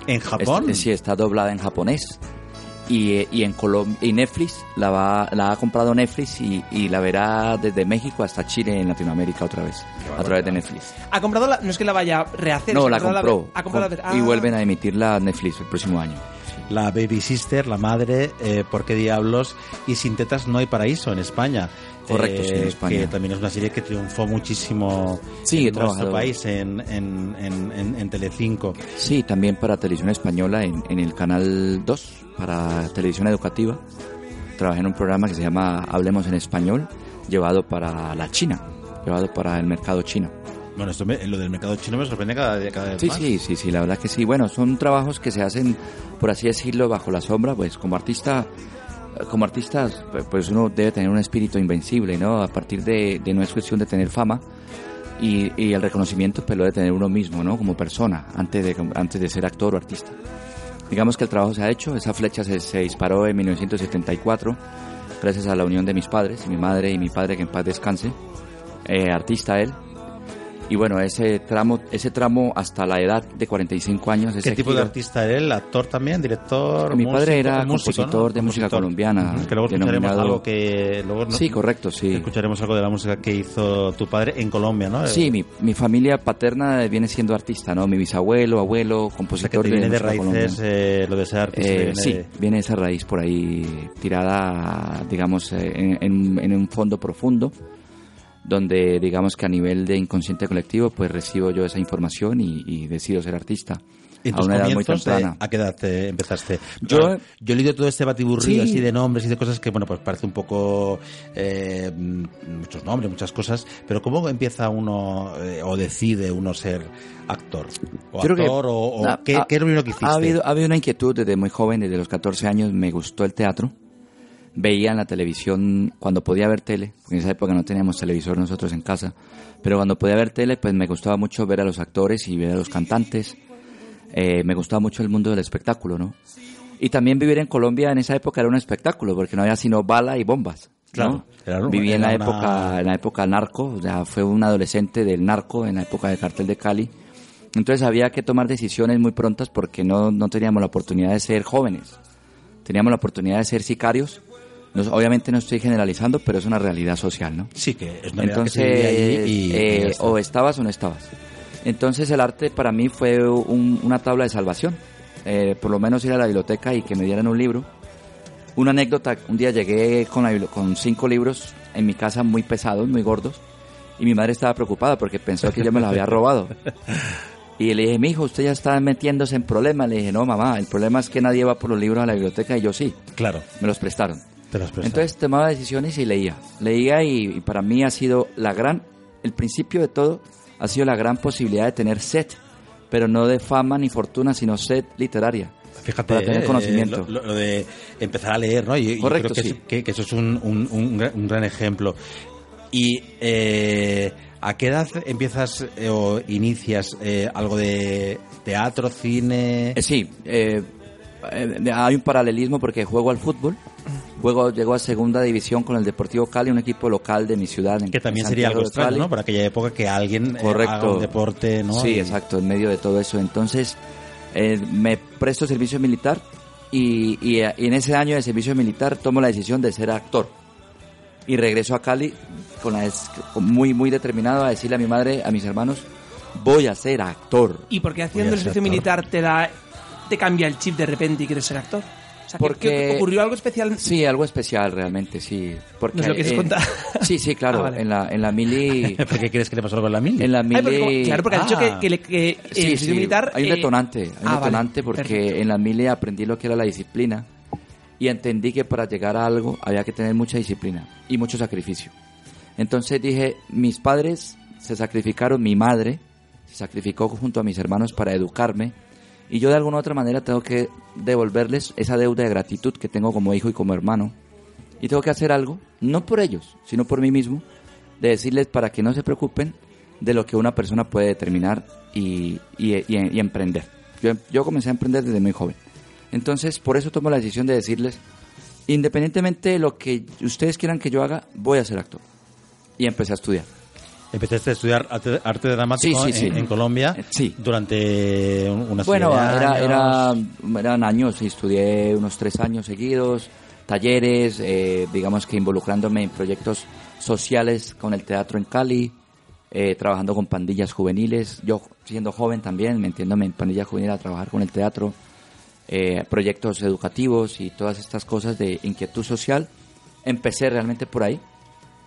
S4: En Japón.
S6: Está- Este, sí, está doblada en japonés. Y, eh, y en Colom- y Netflix la, va, la ha comprado Netflix y, y la verá desde México hasta Chile en Latinoamérica otra vez, a través de Netflix.
S5: Ha comprado la. No es que la vaya a rehacer. es
S6: No,
S5: que
S6: la
S5: ha comprado
S6: compró.
S5: Ha comprado la-
S6: Com- Y
S5: Ah.
S6: vuelven a emitirla Netflix el próximo año.
S4: La Baby Sister, la madre, eh, ¿Por qué diablos? Y Sin tetas no hay paraíso en España. Eh,
S6: Correcto, sí, en España.
S4: Que también es una serie que triunfó muchísimo
S6: Sí, he
S4: en nuestro
S6: trabajado.
S4: país, en, en, en, en, en Telecinco.
S6: Sí, también para televisión española en, en el canal 2, para televisión educativa. Trabajé en un programa que se llama Hablemos en Español, llevado para la China, llevado para el mercado chino.
S4: Bueno, esto me- lo del mercado chino me sorprende cada, día- cada vez
S6: Sí,
S4: más.
S6: sí, sí, sí, la verdad que sí. Bueno, son trabajos que se hacen, por así decirlo, bajo la sombra, pues como artista, como artistas, pues uno debe tener un espíritu invencible, ¿no? A partir de, de no es cuestión de tener fama y, y el reconocimiento, pues lo debe tener uno mismo, ¿no? Como persona, antes de, antes de ser actor o artista. Digamos que el trabajo se ha hecho, esa flecha se, se disparó en 1974, gracias a la unión de mis padres, mi madre y mi padre, que en paz descanse, eh, artista él, Y bueno, ese tramo, ese tramo hasta la edad de 45 años.
S4: ¿Qué
S6: ese
S4: tipo de
S6: giro-
S4: artista era él? ¿Actor también? ¿Director?
S6: Mi padre
S4: músico?
S6: era
S4: Músico,
S6: compositor
S4: ¿no?
S6: de música
S4: Compositor.
S6: colombiana,
S4: Ujú, Que luego escucharemos
S6: denominado-
S4: algo que... Luego, ¿no?
S6: Sí, correcto, sí.
S4: Escucharemos algo de la música que hizo tu padre en Colombia, ¿no?
S6: Sí, mi, mi familia paterna viene siendo artista, ¿no? Mi bisabuelo, abuelo,
S4: O sea, que
S6: compositor
S4: te viene de
S6: música
S4: raíces
S6: colombiana.
S4: eh, lo de ser artista.
S6: Eh,
S4: viene
S6: sí,
S4: de-
S6: viene esa raíz por ahí tirada, digamos, eh, en, en- en un fondo profundo, donde digamos que a nivel de inconsciente colectivo, pues recibo yo esa información y, y decido ser artista.
S4: En
S6: a
S4: tus
S6: una edad muy
S4: comienzos, eh,
S6: temprana.
S4: ¿a qué edad eh, empezaste?
S6: Yo-
S4: Claro, yo he leído todo este batiburrillo
S6: Sí.
S4: así de nombres y de cosas que, bueno, pues parece un poco eh, muchos nombres, muchas cosas, pero ¿cómo empieza uno eh, o decide uno ser actor? ¿O
S6: Yo creo
S4: actor
S6: que-
S4: o, o
S6: ha-
S4: qué,
S6: ha-
S4: qué es lo primero que hiciste?
S6: Ha habido, ha habido una inquietud desde muy joven, desde los 14 años, me gustó el teatro. Veía en la televisión, cuando podía ver tele, porque en esa época no teníamos televisor nosotros en casa, pero cuando podía ver tele, pues me gustaba mucho ver a los actores y ver a los cantantes. Eh, me gustaba mucho el mundo del espectáculo, ¿no? Y también vivir en Colombia en esa época era un espectáculo, porque no había sino bala y bombas. ¿no?
S4: Claro, era un-
S6: Viví en la
S4: era una-
S6: época en la época narco, o sea, fue un adolescente del narco en la época del cartel de Cali. Entonces había que tomar decisiones muy prontas porque no, no teníamos la oportunidad de ser jóvenes. Teníamos la oportunidad de ser sicarios. No- obviamente no estoy generalizando, pero es una realidad social, ¿no?
S4: Sí, que es una edad que
S6: Entonces,
S4: se vive allí y- y
S6: eh,
S4: ya está.
S6: o estabas o no estabas. Entonces el arte para mí fue un- una tabla de salvación. Eh, por lo menos ir a la biblioteca y que me dieran un libro. Una anécdota, un día llegué con, la bibli- con cinco libros en mi casa muy pesados, muy gordos, y mi madre estaba preocupada porque pensó que yo me los había robado. Y le dije, mi hijo, usted ya está metiéndose en problemas. Le dije, no, mamá, el problema es que nadie va por los libros a la biblioteca y yo sí,
S4: Claro,
S6: me los prestaron.
S4: te las prestas.
S6: Entonces tomaba decisiones y leía. Leía y, y para mí ha sido la gran, el principio de todo, ha sido la gran posibilidad de tener sed, pero no de fama ni fortuna, sino sed literaria.
S4: Fíjate,
S6: para tener
S4: eh,
S6: conocimiento.
S4: Lo, lo de empezar a leer, ¿no? Y- y yo
S6: Correcto,
S4: creo que,
S6: sí.
S4: es- que- que eso es un, un- un gran- un gran ejemplo. Y eh, ¿a qué edad empiezas eh, o inicias eh, algo de teatro, cine?
S6: Eh, sí, eh, eh, hay un paralelismo porque juego al fútbol. Juego, llego a segunda división con el Deportivo Cali, un equipo local de mi ciudad. en-
S4: que también
S6: en
S4: sería algo
S6: Santiago de
S4: extraño,
S6: Cali.
S4: ¿no? Para aquella época que alguien eh,
S6: Correcto.
S4: haga un deporte, ¿no?
S6: Sí,
S4: Y-
S6: exacto, en medio de todo eso. Entonces, eh, me presto servicio militar y, y, eh, y en ese año de servicio militar tomo la decisión de ser actor. Y regreso a Cali con la des- con muy, muy determinado a decirle a mi madre, a mis hermanos, voy a ser actor.
S7: ¿Y por qué haciendo el
S4: ser
S7: servicio
S4: actor.
S7: militar te da te cambia el chip de repente y quieres ser actor? O sea, ¿qué-
S6: Porque-
S7: qué ocurrió algo especial?
S6: Sí, algo especial realmente, sí. Porque,
S7: ¿Nos lo quieres contar?
S6: Sí, sí, claro.
S7: Ah, vale.
S6: en, la, en la mili...
S4: ¿Por qué crees que le pasó algo a la mili?
S6: En la
S7: Ay, porque
S6: mili- Ah.
S7: como- claro, porque ha dicho que, que le- que el
S6: Sí,
S7: servicio
S6: sí,
S7: militar...
S6: Hay un
S7: eh,
S6: detonante, hay un
S7: ah, vale,
S6: detonante porque
S7: perfecto.
S6: en la mili aprendí lo que era la disciplina y entendí que para llegar a algo había que tener mucha disciplina y mucho sacrificio. Entonces dije, mis padres se sacrificaron, mi madre se sacrificó junto a mis hermanos para educarme y yo de alguna u otra manera tengo que devolverles esa deuda de gratitud que tengo como hijo y como hermano y tengo que hacer algo, no por ellos, sino por mí mismo, de decirles para que no se preocupen de lo que una persona puede determinar y, y- y- y emprender. Yo, yo comencé a emprender desde muy joven. Entonces, por eso tomo la decisión de decirles, independientemente de lo que ustedes quieran que yo haga, voy a ser actor. Y empecé a estudiar.
S4: Empezaste a estudiar arte, arte dramático
S6: Sí, sí, sí.
S4: En, en Colombia
S6: Eh, sí.
S4: durante un- una
S6: Bueno,
S4: serie de
S6: era,
S4: años.
S6: era- eran años, estudié unos tres años seguidos, talleres, eh, digamos que involucrándome en proyectos sociales con el teatro en Cali, eh, trabajando con pandillas juveniles, yo siendo joven también, metiéndome en pandillas juveniles a trabajar con el teatro, eh, proyectos educativos y todas estas cosas de inquietud social. Empecé realmente por ahí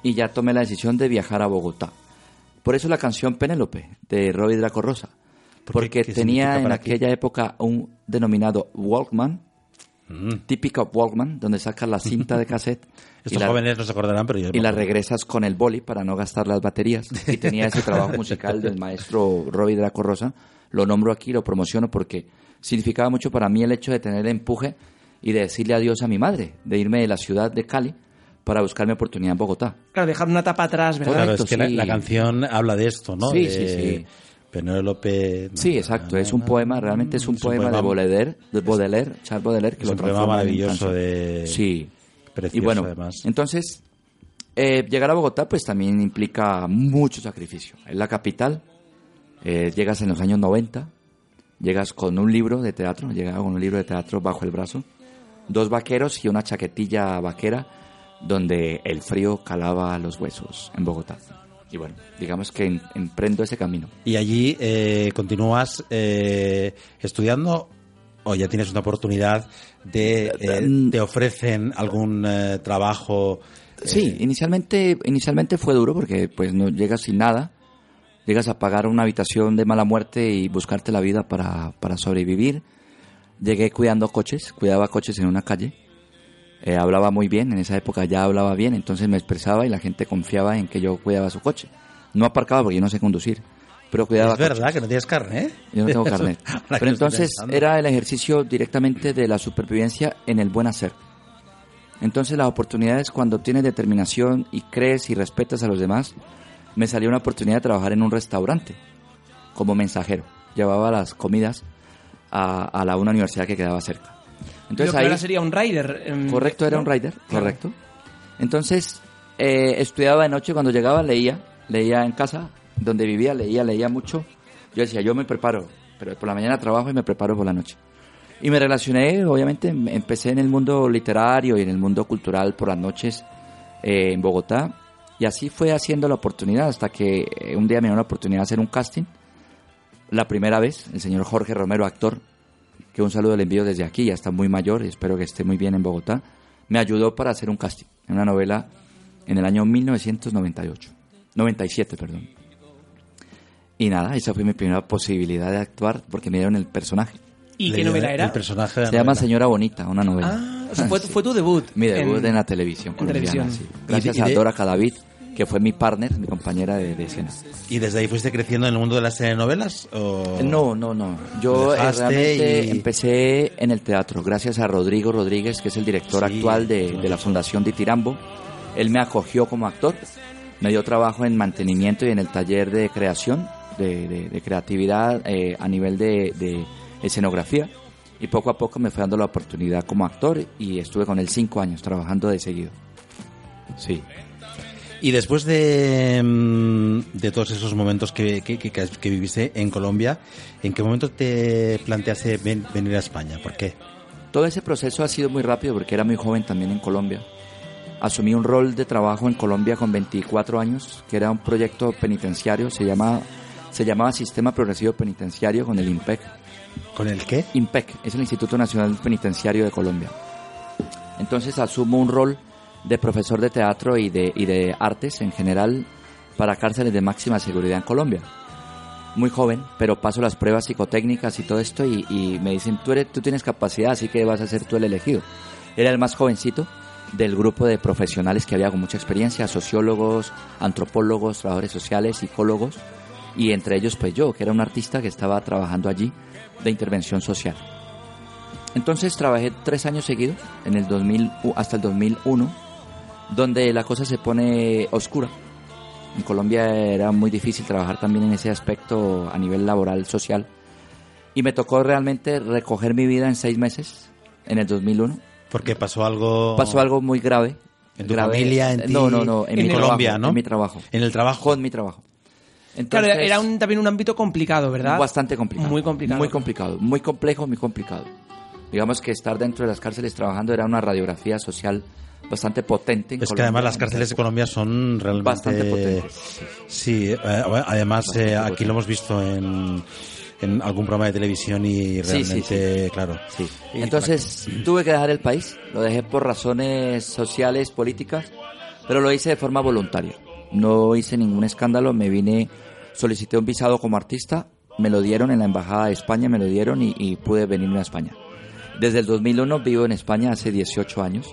S6: y ya tomé la decisión de viajar a Bogotá. Por eso la canción Penélope de Robbie Draco Rosa.
S4: ¿Por qué?
S6: Porque
S4: ¿Qué
S6: tenía
S4: significa
S6: en
S4: para ti?
S6: aquella época un denominado Walkman,
S4: Mm.
S6: típico Walkman, donde sacas la cinta de cassette y
S4: Estos
S6: la,
S4: jóvenes no se acordarán, pero yo...
S6: y
S4: me
S6: la
S4: acuerdo.
S6: regresas con el boli para no gastar las baterías. Y tenía ese trabajo musical del maestro Robbie Draco Rosa. Lo nombro aquí, lo promociono porque significaba mucho para mí el hecho de tener empuje y de decirle adiós a mi madre, de irme de la ciudad de Cali para buscarme oportunidad en Bogotá.
S7: Claro, dejar una tapa atrás, ¿verdad?
S4: Claro,
S6: Correcto,
S4: es que la,
S6: sí.
S4: la canción habla de esto, ¿no?
S6: Sí,
S4: De
S6: sí, sí.
S4: Penélope.
S6: Sí, exacto. Es un poema, realmente es un poema de Baudelaire, de Baudelaire, Charles Baudelaire, que
S4: Es
S6: lo
S4: un poema
S6: transforma en
S4: maravilloso
S6: canción.
S4: de-
S6: Sí.
S4: Precioso,
S6: y bueno,
S4: además.
S6: entonces Eh, llegar a Bogotá pues también implica mucho sacrificio. Es la capital, eh, llegas en los años 90, llegas con un libro de teatro, llegaba con un libro de teatro bajo el brazo, dos vaqueros y una chaquetilla vaquera donde el frío calaba los huesos en Bogotá. Y bueno, digamos que en- emprendo ese camino.
S4: Y allí eh, continúas eh, estudiando o ya tienes una oportunidad de... eh,
S6: Mm.
S4: ¿Te ofrecen algún eh, trabajo? eh,
S6: Sí, inicialmente, inicialmente fue duro porque pues no llegas sin nada, llegas a pagar una habitación de mala muerte y buscarte la vida para, para sobrevivir. Llegué cuidando coches, cuidaba coches en una calle, Eh, hablaba muy bien, en esa época ya hablaba bien, entonces me expresaba y la gente confiaba en que yo cuidaba su coche. No aparcaba porque yo no sé conducir, pero cuidaba
S4: Es
S6: coches.
S4: verdad que no tienes carne, ¿eh?
S6: Yo no tengo
S4: Eso-
S6: carnet.
S4: ahora que
S6: Pero
S4: lo estoy
S6: entonces
S4: pensando.
S6: era el ejercicio directamente de la supervivencia en el buen hacer. Entonces las oportunidades cuando tienes determinación y crees y respetas a los demás, me salió una oportunidad de trabajar en un restaurante como mensajero. Llevaba las comidas a, a la una universidad que quedaba cerca.
S7: Lo
S6: Entonces
S7: que
S6: ahí,
S7: ahora sería un rider. em,
S6: correcto, era un
S7: ¿no?
S6: rider, correcto. Entonces eh, estudiaba de noche, cuando llegaba leía, leía en casa, donde vivía, leía, leía mucho. Yo decía, yo me preparo, pero por la mañana trabajo y me preparo por la noche. Y me relacioné, obviamente, em- empecé en el mundo literario y en el mundo cultural por las noches eh, en Bogotá. Y así fue haciendo la oportunidad hasta que eh, un día me dio una oportunidad de hacer un casting. La primera vez, el señor Jorge Romero, actor, que un saludo le envío desde aquí, ya está muy mayor y espero que esté muy bien en Bogotá, me ayudó para hacer un casting en una novela en el año 1998, 97, perdón. Y nada, esa fue mi primera posibilidad de actuar porque me dieron el personaje.
S7: ¿Y qué
S4: Leía
S7: novela era?
S4: El personaje de la
S6: Se llama
S4: novela.
S6: Señora Bonita, una novela.
S7: Ah, o sea, fue, fue tu debut.
S6: Mi debut en,
S7: en
S6: la televisión colombiana,
S7: televisión.
S6: sí. Gracias
S4: ¿Y de- y
S6: a
S4: de-
S6: Dora Cadavid, que fue mi partner, mi compañera de, de escena.
S4: ¿Y desde ahí fuiste creciendo en el mundo de las telenovelas? O...
S6: No, no, no. Yo eh,
S4: Dejaste
S6: realmente
S4: y-
S6: empecé en el teatro, gracias a Rodrigo Rodríguez, que es el director
S4: Sí,
S6: actual de,
S4: claro.
S6: de la Fundación de Tirambo. Él me acogió como actor, me dio trabajo en mantenimiento y en el taller de creación, de, de- de creatividad eh, a nivel de, de escenografía. Y poco a poco me fue dando la oportunidad como actor y estuve con él cinco años trabajando de seguido. Sí.
S4: Y después de, mm, de todos esos momentos que, que, que- que viviste en Colombia, ¿en qué momento te planteaste ven- venir a España? ¿Por qué?
S6: Todo ese proceso ha sido muy rápido porque era muy joven también en Colombia. Asumí un rol de trabajo en Colombia con 24 años, que era un proyecto penitenciario, se llamaba, se llamaba Sistema Progresivo Penitenciario con el IMPEC.
S4: ¿Con el qué?
S6: IMPEC es el Instituto Nacional Penitenciario de Colombia. Entonces asumo un rol de profesor de teatro y de, y de artes en general para cárceles de máxima seguridad en Colombia. Muy joven, pero paso las pruebas psicotécnicas y todo esto y, y me dicen, tú, eres, tú tienes capacidad, así que vas a ser tú el elegido. Era el más jovencito del grupo de profesionales que había con mucha experiencia, sociólogos, antropólogos, trabajadores sociales, psicólogos, y entre ellos pues yo, que era un artista que estaba trabajando allí de intervención social. Entonces trabajé tres años seguidos, en el 2000, u- hasta el 2001, donde la cosa se pone oscura. En Colombia era muy difícil trabajar también en ese aspecto a nivel laboral, social. Y me tocó realmente recoger mi vida en seis meses, en el 2001.
S4: Porque pasó algo...
S6: Pasó algo muy grave.
S4: Oh. ¿En tu
S6: grave- Eh,
S4: familia, en ti?
S6: No, no, no. En,
S4: ¿En
S6: mi
S4: Colombia,
S6: trabajo,
S4: no?
S6: En mi trabajo.
S4: En el trabajo.
S6: Con mi trabajo.
S7: Claro,
S6: Entonces-
S7: era un- también un ámbito complicado, ¿verdad?
S6: Bastante complicado.
S7: Muy complicado.
S6: Muy complicado, muy complejo, muy complicado. Digamos que estar dentro de las cárceles trabajando era una radiografía social bastante potente. en
S4: Es que
S6: Colombia.
S4: además las cárceles de Colombia son realmente...
S6: Bastante potentes, sí.
S4: Sí, eh, bueno, además
S6: Bastante
S4: eh, aquí
S6: potentes.
S4: lo hemos visto en, en algún programa de televisión y
S6: Sí, sí,
S4: realmente, claro.
S6: Sí.
S4: Y
S6: Entonces tuve que dejar el país, lo dejé por razones sociales, políticas, pero lo hice de forma voluntaria. No hice ningún escándalo, me vine, solicité un visado como artista, me lo dieron en la Embajada de España, me lo dieron y, y pude venirme a España. Desde el 2001 vivo en España hace 18 años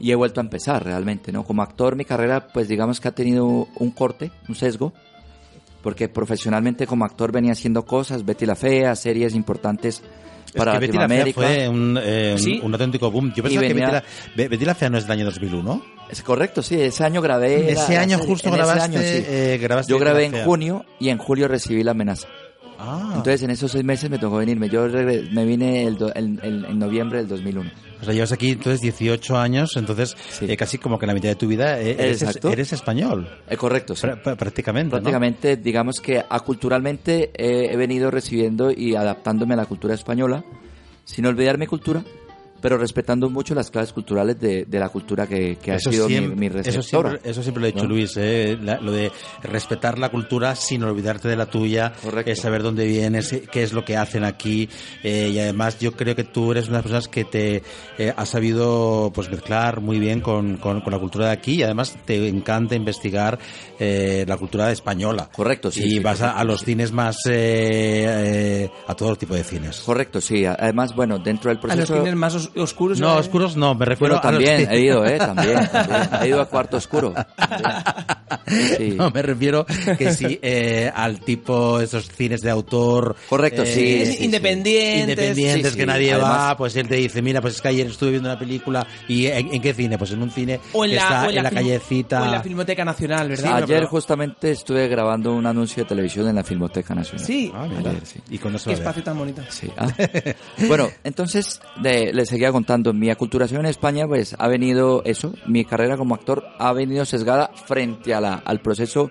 S6: y he vuelto a empezar realmente, ¿no? Como actor mi carrera pues digamos que ha tenido un corte, un sesgo, porque profesionalmente como actor venía haciendo cosas, Betty la Fea, series importantes
S4: Es
S6: para
S4: que Betty la Fea
S6: Latinoamérica.
S4: fue un, eh, un-
S7: Sí.
S4: un auténtico boom. Yo pensaba que
S6: venía-
S4: Betty la, Be- Betty la Fea no es del año 2001.
S6: Es correcto, sí, ese año grabé. la-
S4: ese
S6: la
S4: año
S6: serie,
S4: justo
S6: en ese
S4: grabaste,
S6: año, sí.
S4: eh, grabaste
S6: Yo
S4: Betty la
S6: grabé en
S4: Fea.
S6: junio y en julio recibí la amenaza.
S4: Ah.
S6: Entonces en esos seis meses me tocó venirme. Yo regre- me vine el do- el- el- en noviembre del 2001.
S4: O sea, llevas aquí entonces 18 años, entonces
S6: Sí.
S4: eh, casi como que la mitad de tu vida eh, eres,
S6: Exacto.
S4: eres español.
S6: Eh, correcto, sí.
S4: Prá- prá- prácticamente. ¿no?
S6: Prácticamente, digamos que aculturalmente eh, he venido recibiendo y adaptándome a la cultura española, sin olvidar mi cultura, pero respetando mucho las claves culturales de, de la cultura que, que ha sido mi- mi,
S4: eso,
S6: receptora.
S4: siempre, eso siempre lo ha dicho
S6: ¿no?
S4: Luis, eh, la- lo de respetar la cultura sin olvidarte de la tuya,
S6: Correcto.
S4: eh, saber dónde vienes, eh, qué es lo que hacen aquí. eh, y además yo creo que tú eres una de las personas que te eh, has sabido pues mezclar muy bien con, con- con la cultura de aquí y además te encanta investigar eh, la cultura española.
S6: Correcto, sí,
S4: Y
S6: sí,
S4: vas a- a,
S6: correcto,
S4: los cines más... eh, eh, a todo tipo de cines.
S6: Correcto, sí. A- Además, bueno, dentro del
S7: A los
S6: proceso...
S7: cines más os- oscuros.
S4: No,
S7: ¿eh?
S4: oscuros no, me refiero
S6: Bueno,
S4: a los
S6: también
S4: cines.
S6: he ido, ¿eh? También, también. He ido a cuarto oscuro. Sí.
S4: No, me refiero que sí eh, al tipo esos cines de autor. eh,
S6: Correcto, sí,
S7: Cines
S6: sí, sí.
S7: independientes.
S4: Independientes
S6: Sí,
S4: que
S6: sí,
S4: nadie va,
S6: además-
S4: pues él te dice, mira, pues es que ayer estuve viendo una película y ¿en, en qué cine? Pues en un cine
S7: O en
S4: que
S7: la,
S4: está
S7: o
S4: en la
S7: film-
S4: callecita.
S7: O en la Filmoteca Nacional, ¿verdad?
S6: Ayer justamente estuve grabando un anuncio de televisión en la Filmoteca Nacional.
S7: Sí.
S4: Ah, mira.
S6: Ayer, sí.
S4: Y con eso
S7: Qué
S4: a ver.
S7: espacio tan bonito.
S6: Sí, ah. bueno, entonces de- les seguía contando, mi aculturación en España pues ha venido eso, mi carrera como actor ha venido sesgada frente a la, al proceso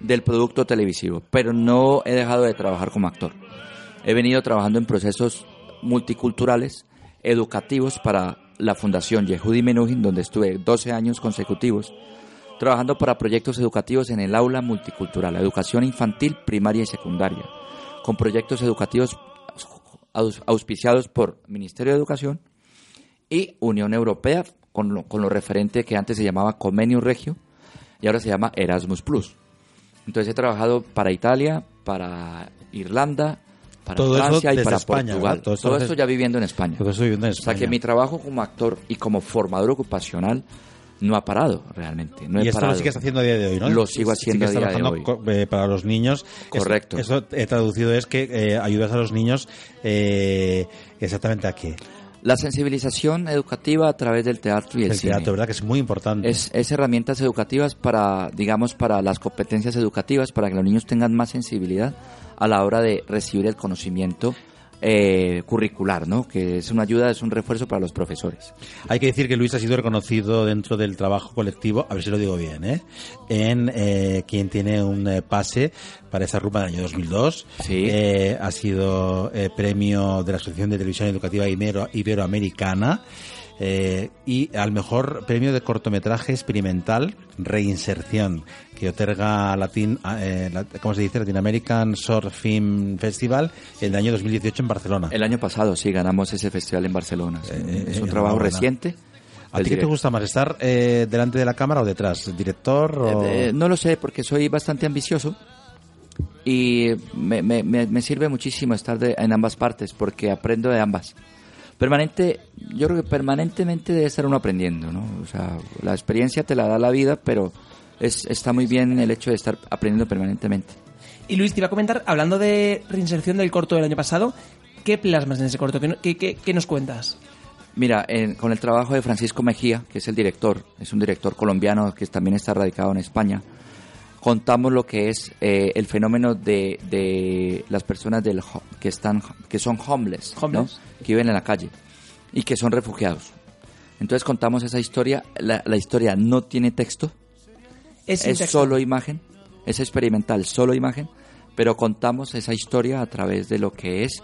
S6: del producto televisivo, pero no he dejado de trabajar como actor. He venido trabajando en procesos multiculturales, educativos para la Fundación Yehudi Menuhin, donde estuve 12 años consecutivos, trabajando para proyectos educativos en el aula multicultural, la educación infantil, primaria y secundaria, con proyectos educativos aus- auspiciados por Ministerio de Educación y Unión Europea, con lo, con lo referente que antes se llamaba Convenio Regio y ahora se llama Erasmus Plus. Entonces he trabajado para Italia, para Irlanda, para
S4: Todo eso
S6: Francia y
S4: desde
S6: para
S4: España,
S6: Portugal.
S4: ¿verdad? Todo
S6: Todo,
S4: eso
S6: esto
S4: desde-
S6: ya viviendo en España.
S4: Porque estoy viviendo en
S6: O sea
S4: España.
S6: que mi trabajo como actor y como formador ocupacional no ha parado realmente. No he
S4: y esto
S6: parado.
S4: lo sigues haciendo a día de hoy, ¿no?
S6: Lo sigo haciendo
S4: Sigues
S6: a día de
S4: trabajando
S6: hoy.
S4: co- eh, para los niños. Es-
S6: Correcto.
S4: Eso, he traducido es que eh, ayudas a los niños eh, exactamente aquí.
S6: La sensibilización educativa a través del teatro y el,
S4: El
S6: cine.
S4: teatro, ¿verdad? Que es muy importante.
S6: Es, es herramientas educativas para, digamos, para las competencias educativas, para que los niños tengan más sensibilidad a la hora de recibir el conocimiento eh, curricular, ¿no? Que es una ayuda, es un refuerzo para los profesores.
S4: Hay que decir que Luis ha sido reconocido dentro del trabajo colectivo, a ver si lo digo bien, ¿eh? en eh, quien tiene un eh, pase para esa rumba del año 2002.
S6: Sí.
S4: Eh, ha sido eh, premio de la Asociación de Televisión Educativa Ibero- Iberoamericana eh, y al mejor premio de cortometraje experimental Reinserción que otorga Latin, eh, la- ¿cómo se dice? Latin American Short Film Festival el año 2018 en Barcelona.
S6: El año pasado sí ganamos ese festival en Barcelona. Es un-
S4: Ah. Eh,
S6: es
S4: eh,
S6: un trabajo
S4: enhorabuena.
S6: reciente.
S4: ¿A
S6: del
S4: ti qué te
S6: director.
S4: gusta más, estar eh, delante de la cámara o detrás? ¿Director o...?
S6: Eh, eh, no lo sé, porque soy bastante ambicioso y me, me- me- me sirve muchísimo estar de- en ambas partes porque aprendo de ambas. Permanente, yo creo que permanentemente debe estar uno aprendiendo, ¿no? O sea, la experiencia te la da la vida, pero es, está muy bien el hecho de estar aprendiendo permanentemente.
S7: Y Luis, te iba a comentar, hablando de reinserción del corto del año pasado, ¿qué plasmas en ese corto? ¿Qué, no- qué- qué- qué nos cuentas?
S6: Mira, en- con el trabajo de Francisco Mejía, que es el director, es un director colombiano que también está radicado en España, contamos lo que es eh, el fenómeno de, de las personas del, ho- que, están, que son homeless, ¿no?
S7: Homeless.
S6: que viven en la calle y que son refugiados. Entonces contamos esa historia, la, la historia no tiene texto,
S7: Es, sin
S6: es
S7: texto.
S6: solo imagen, es experimental, solo imagen, pero contamos esa historia a través de lo que es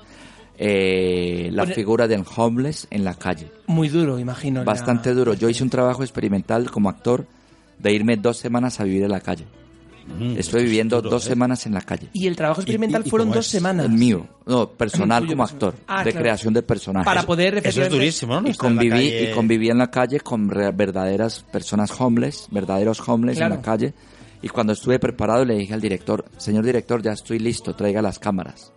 S6: eh, la
S7: Bueno,
S6: figura del homeless en la calle.
S7: Muy duro, imagino. la-
S6: Bastante duro. Yo hice un trabajo experimental como actor de irme dos semanas a vivir en la calle.
S7: Mm,
S4: Mm,
S6: Estoy viviendo
S4: ¿eh?
S6: dos semanas en la calle.
S7: ¿eh? Y el trabajo experimental
S4: y
S7: fueron
S4: cómo
S7: dos
S4: es?
S7: semanas.
S6: El mío, no, personal
S7: Tuyo,
S6: como
S7: personal.
S6: actor,
S7: Ah,
S6: de
S7: claro.
S6: creación de personajes.
S7: Para poder
S4: Eso es
S7: efectivamente-
S4: durísimo, ¿no?
S6: y
S4: Estar en la
S6: conviví
S4: calle-
S6: y conviví en la calle con re- verdaderas personas homeless, verdaderos homeless en
S7: Claro.
S6: la calle. Y cuando estuve preparado le dije al director, señor director, ya estoy listo, traiga las cámaras.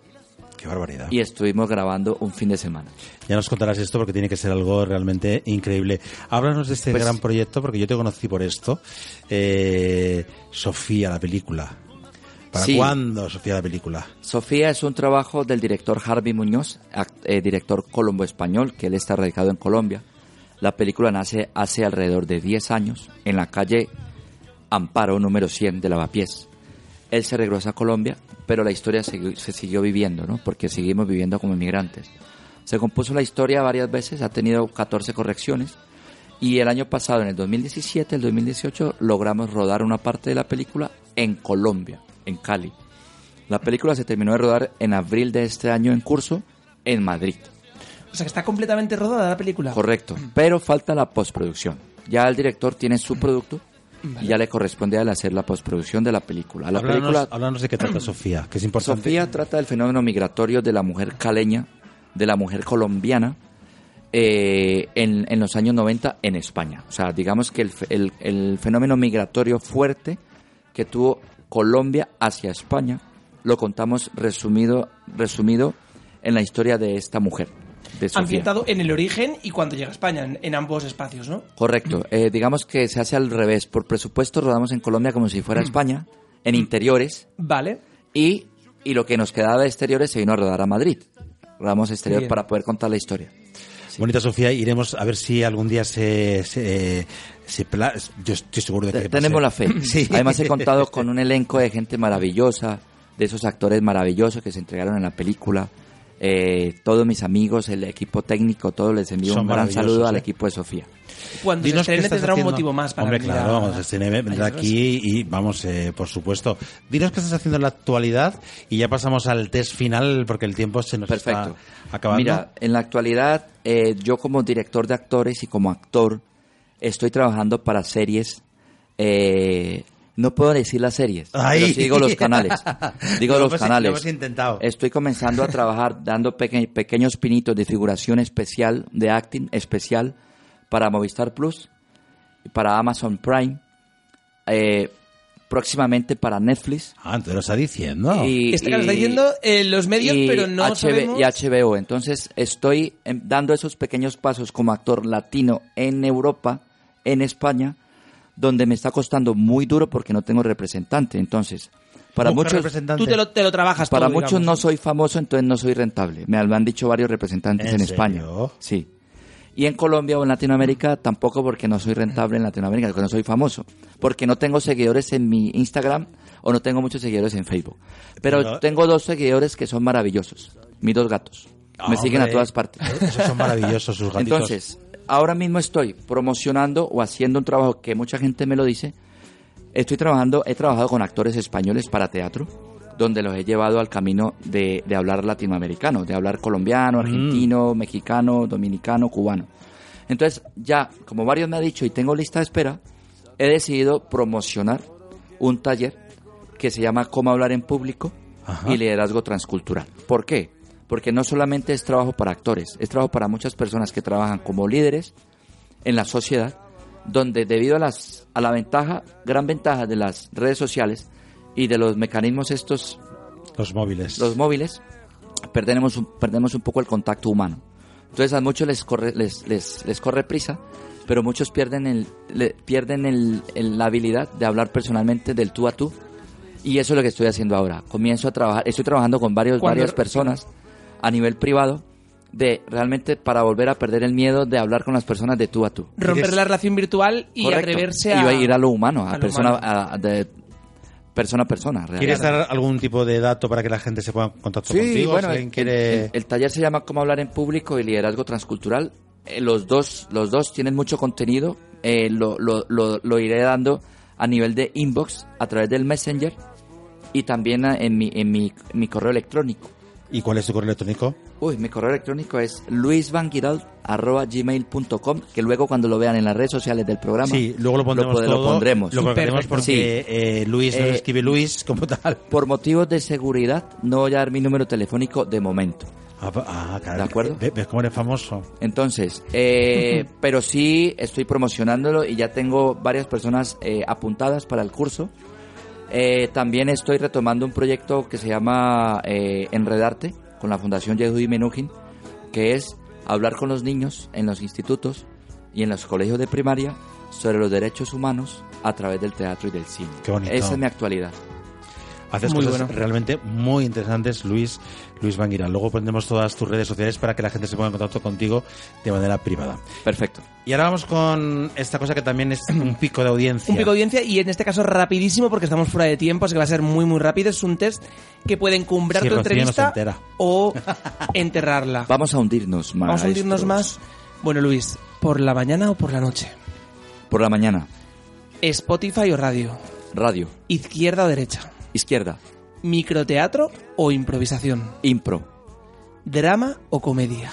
S4: ¡Qué barbaridad!
S6: Y estuvimos grabando un fin de semana.
S4: Ya nos contarás esto porque tiene que ser algo realmente increíble. Háblanos de este
S6: Pues-
S4: gran proyecto porque yo te conocí por esto. Eh, Sofía, la película. ¿Para
S6: Sí.
S4: cuándo, Sofía, la película?
S6: Sofía es un trabajo del director Harvey Muñoz, act- eh, director colombo-español, que él está radicado en Colombia. La película nace hace alrededor de 10 años en la calle Amparo número 100 de Lavapiés. Él se regresó a Colombia, pero la historia siguió- se siguió viviendo, ¿no? Porque seguimos viviendo como inmigrantes. Se compuso la historia varias veces, ha tenido 14 correcciones. Y el año pasado, en el 2017, el 2018, logramos rodar una parte de la película en Colombia, en Cali. La película se terminó de rodar en abril de este año en curso, en Madrid.
S7: O sea, que está completamente rodada la película.
S6: Correcto, pero falta la postproducción. Ya el director tiene su producto y ya le corresponde a él hacer la postproducción de la película. La
S4: Háblanos,
S6: película
S4: háblanos de qué trata Sofía, que es importante.
S6: Sofía trata del fenómeno migratorio de la mujer caleña, de la mujer colombiana, eh, en, en los años 90 en España. O sea, digamos que el, fe- el- el fenómeno migratorio fuerte que tuvo Colombia hacia España lo contamos resumido, resumido en la historia de esta mujer. De Sofía.
S7: Ambientado en el origen y cuando llega a España, en, en ambos espacios, ¿no?
S6: Correcto. Eh, digamos que se hace al revés. Por presupuesto rodamos en Colombia como si fuera España, en interiores,
S7: Vale.
S6: y, y lo que nos quedaba de exteriores se vino a rodar a Madrid. Rodamos exterior
S7: Bien.
S6: para poder contar la historia.
S4: Bonita Sofía, iremos a ver si algún día se... se- se pla- yo estoy seguro de que...
S6: Te- Tenemos la
S4: pasa.
S6: fe.
S4: Sí.
S6: Además he contado con un elenco de gente maravillosa, de esos actores maravillosos que se entregaron en la película. Eh, todos mis amigos, el equipo técnico, todos les envío
S4: Son
S6: un gran saludo al
S4: maravillosos, ¿eh?
S6: equipo de Sofía.
S7: Cuando
S4: Dinos
S7: se
S4: qué
S7: estrene este
S4: estás
S7: tendrá
S4: haciendo.
S7: un motivo más para
S4: Hombre,
S7: venir
S4: claro,
S7: a-
S4: vamos, se viene- vendrá
S7: ayudarnos.
S4: aquí y vamos, eh, por supuesto. Dinos qué estás haciendo en la actualidad y ya pasamos al test final porque el tiempo se nos
S6: Perfecto.
S4: está acabando.
S6: Mira, en la actualidad, eh, yo como director de actores y como actor, estoy trabajando para series. eh, no puedo decir las series,
S4: Ay.
S6: pero sí digo los canales. Digo
S4: Lo
S6: los
S4: hemos-
S6: canales.
S4: lo hemos intentado.
S6: Estoy comenzando a trabajar dando peque- pequeños pinitos de figuración especial, de acting especial para Movistar Plus, para Amazon Prime, eh, próximamente para Netflix.
S4: Ah, te lo está diciendo.
S6: Y-
S7: Este que nos está
S6: y-
S7: diciendo eh, los medios,
S6: y
S7: pero no
S6: HB
S7: sabemos...
S6: y HBO. Entonces estoy em, dando esos pequeños pasos como actor latino en Europa, en España, donde me está costando muy duro porque no tengo representante. Entonces, para
S4: Busca
S6: muchos
S4: representante.
S7: Tú te lo, te lo trabajas
S6: para
S7: todo,
S6: muchos
S7: digamos.
S6: no soy famoso, entonces no soy rentable. Me lo han dicho varios representantes
S4: ¿En
S6: en, España.
S4: serio?
S6: Sí. Y en Colombia o en Latinoamérica tampoco porque no soy rentable en Latinoamérica, porque no soy famoso, porque no tengo seguidores en mi Instagram o no tengo muchos seguidores en Facebook. Pero
S4: Pero-
S6: tengo dos seguidores que son maravillosos, mis dos gatos. Me siguen
S4: Ah,
S6: a
S4: Hombre,
S6: todas partes.
S4: Esos son maravillosos sus gatitos.
S6: Entonces, ahora mismo estoy promocionando o haciendo un trabajo que mucha gente me lo dice. Estoy trabajando, he trabajado con actores españoles para teatro, donde los he llevado al camino de, de hablar latinoamericano, de hablar colombiano, argentino, mexicano, dominicano, cubano. Entonces, ya, como varios me han dicho y tengo lista de espera, he decidido promocionar un taller que se llama Cómo hablar en público y liderazgo transcultural. ¿Por qué? Porque no solamente es trabajo para actores, es trabajo para muchas personas que trabajan como líderes en la sociedad, donde debido a, las, a la ventaja, gran ventaja de las redes sociales y de los mecanismos estos
S4: los móviles.
S6: los móviles, perdemos un, perdemos un poco el contacto humano. Entonces a muchos les corre, les, les, les corre prisa, pero muchos pierden, el, le- pierden el- el- la habilidad de hablar personalmente del tú a tú. Y eso es lo que estoy haciendo ahora. Comienzo a trabajar, estoy trabajando con varios,
S7: Cuando-
S6: varias personas a nivel privado de realmente para volver a perder el miedo de hablar con las personas de tú a tú.
S7: Romper la relación virtual y
S6: Correcto.
S7: atreverse a...
S6: Y ir a lo humano,
S7: a
S6: a,
S7: lo
S6: persona,
S7: humano.
S6: a- de persona a persona. realmente.
S4: ¿Quieres dar algún tipo de dato para que la gente se ponga en contacto
S6: Sí,
S4: contigo?
S6: bueno,
S4: Si alguien
S6: el,
S4: quiere...
S6: el- el taller se llama Cómo hablar en público y liderazgo transcultural. Eh, los, dos, los dos tienen mucho contenido. Eh, lo, lo- lo- lo iré dando a nivel de inbox, a través del Messenger y también a- en, mi, en mi, mi correo electrónico.
S4: ¿Y cuál es tu correo electrónico?
S6: Uy, mi correo electrónico es luisvanguiralt.gmail.com que luego cuando lo vean en las redes sociales del programa
S4: Sí, luego lo pondremos
S6: pod-
S4: todo.
S6: pondremos.
S4: Lo colocaremos
S7: Perfecto.
S4: porque eh, Luis no
S6: Eh,
S4: escribe Luis como tal.
S6: Por motivos de seguridad no voy a dar mi número telefónico de momento.
S4: Ah, pa- ah, claro.
S6: ¿De acuerdo?
S4: ¿Ves, ves cómo eres famoso?
S6: Entonces, eh, pero sí estoy promocionándolo y ya tengo varias personas eh, apuntadas para el curso. Eh, también estoy retomando un proyecto que se llama eh, Enredarte con la Fundación Yehudi Menuhin, que es hablar con los niños en los institutos y en los colegios de primaria sobre los derechos humanos a través del teatro y del cine.
S4: Qué bonito.
S6: Esa es mi actualidad.
S4: Haces
S8: Muy
S4: cosas
S8: bueno.
S4: realmente muy interesantes, Luis, Luis Banguira. Luego pondremos todas tus redes sociales para que la gente se ponga en contacto contigo de manera privada.
S6: Perfecto.
S4: Y ahora vamos con esta cosa que también es un pico de audiencia.
S5: Un pico de audiencia y en este caso rapidísimo porque estamos fuera de tiempo, así que va a ser muy muy rápido. Es un test que puede encumbrar
S4: Si
S5: tu
S4: Rocío no se
S5: entrevista
S4: entera.
S5: o enterrarla.
S6: Vamos a hundirnos más.
S5: Vamos a hundirnos más. Bueno, Luis, ¿por la mañana o por la noche?
S6: Por la mañana.
S5: ¿Spotify o radio?
S6: Radio.
S5: ¿Izquierda o derecha?
S6: Izquierda.
S5: ¿Microteatro o improvisación?
S6: Impro.
S5: ¿Drama o comedia?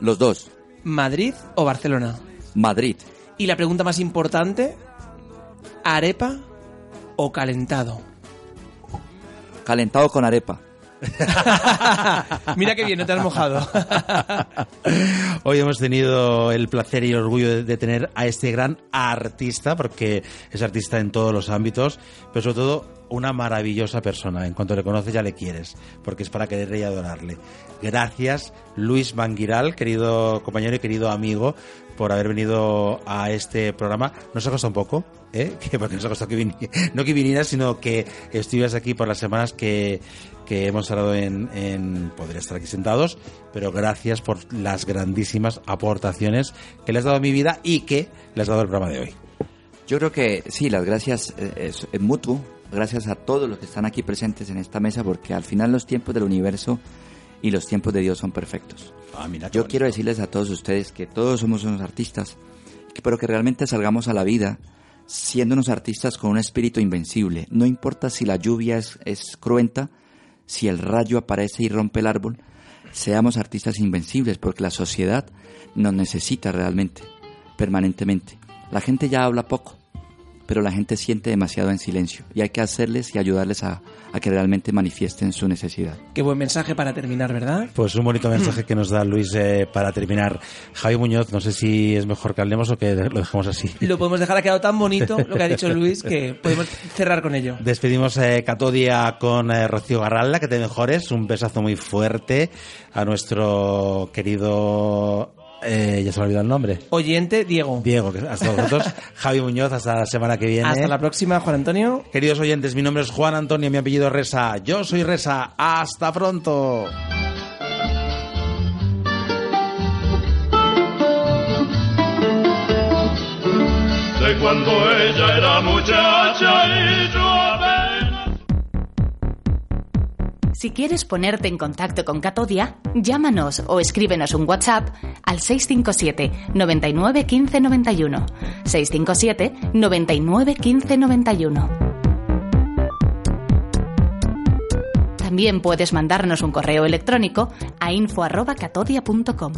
S6: Los dos.
S5: ¿Madrid o Barcelona?
S6: Madrid.
S5: Y la pregunta más importante, ¿arepa o calentado?
S6: Calentado con arepa.
S5: Mira qué bien, no te has mojado.
S4: Hoy hemos tenido el placer y el orgullo de, de tener a este gran artista, porque es artista en todos los ámbitos, pero sobre todo una maravillosa persona. En cuanto le conoces ya le quieres, porque es para quererle y adorarle. Gracias, Luis Manguiral, querido compañero y querido amigo, por haber venido a este programa. Nos ha costado un poco, ¿eh? Que porque nos ha costado que vini- no que vinieras, sino que estuvieras aquí por las semanas que, que hemos hablado en, en poder estar aquí sentados, pero gracias por las grandísimas aportaciones que le has dado a mi vida y que le has dado al programa de hoy.
S6: Yo creo que sí, las gracias eh, es, es mutuo, gracias a todos los que están aquí presentes en esta mesa, porque al final los tiempos del universo y los tiempos de Dios son perfectos.
S4: Ah, mira, qué
S6: Yo
S4: bonito.
S6: quiero decirles a todos ustedes que todos somos unos artistas, que- pero que realmente salgamos a la vida siendo unos artistas con un espíritu invencible. No importa si la lluvia es, es cruenta, si el rayo aparece y rompe el árbol, seamos artistas invencibles porque la sociedad nos necesita realmente, permanentemente. La gente ya habla poco, pero la gente siente demasiado en silencio y hay que hacerles y ayudarles a, a que realmente manifiesten su necesidad.
S5: qué buen mensaje para terminar, ¿verdad?
S4: Pues un bonito mensaje que nos da Luis eh, para terminar. Javi Muñoz, no sé si es mejor que hablemos o que lo dejamos así.
S5: Lo podemos dejar, ha quedado tan bonito lo que ha dicho Luis que podemos cerrar con ello.
S4: Despedimos eh, Catodia con eh, Rocío Garralda, que te mejores. Un besazo muy fuerte a nuestro querido... eh, ya se me ha olvidado el nombre.
S5: Oyente, Diego.
S4: Diego, que hasta nosotros. Javi Muñoz, hasta la semana que viene.
S5: Hasta la próxima, Juan Antonio.
S4: Queridos oyentes, mi nombre es Juan Antonio, mi apellido es Reza. Yo soy Reza. Hasta pronto.
S9: de cuando ella era muchacha y yo apenas.
S10: Si quieres ponerte en contacto con Catodia, llámanos o escríbenos un WhatsApp al 657 99 15 91. 657 99 15 91. También puedes mandarnos un correo electrónico a info.catodia.com.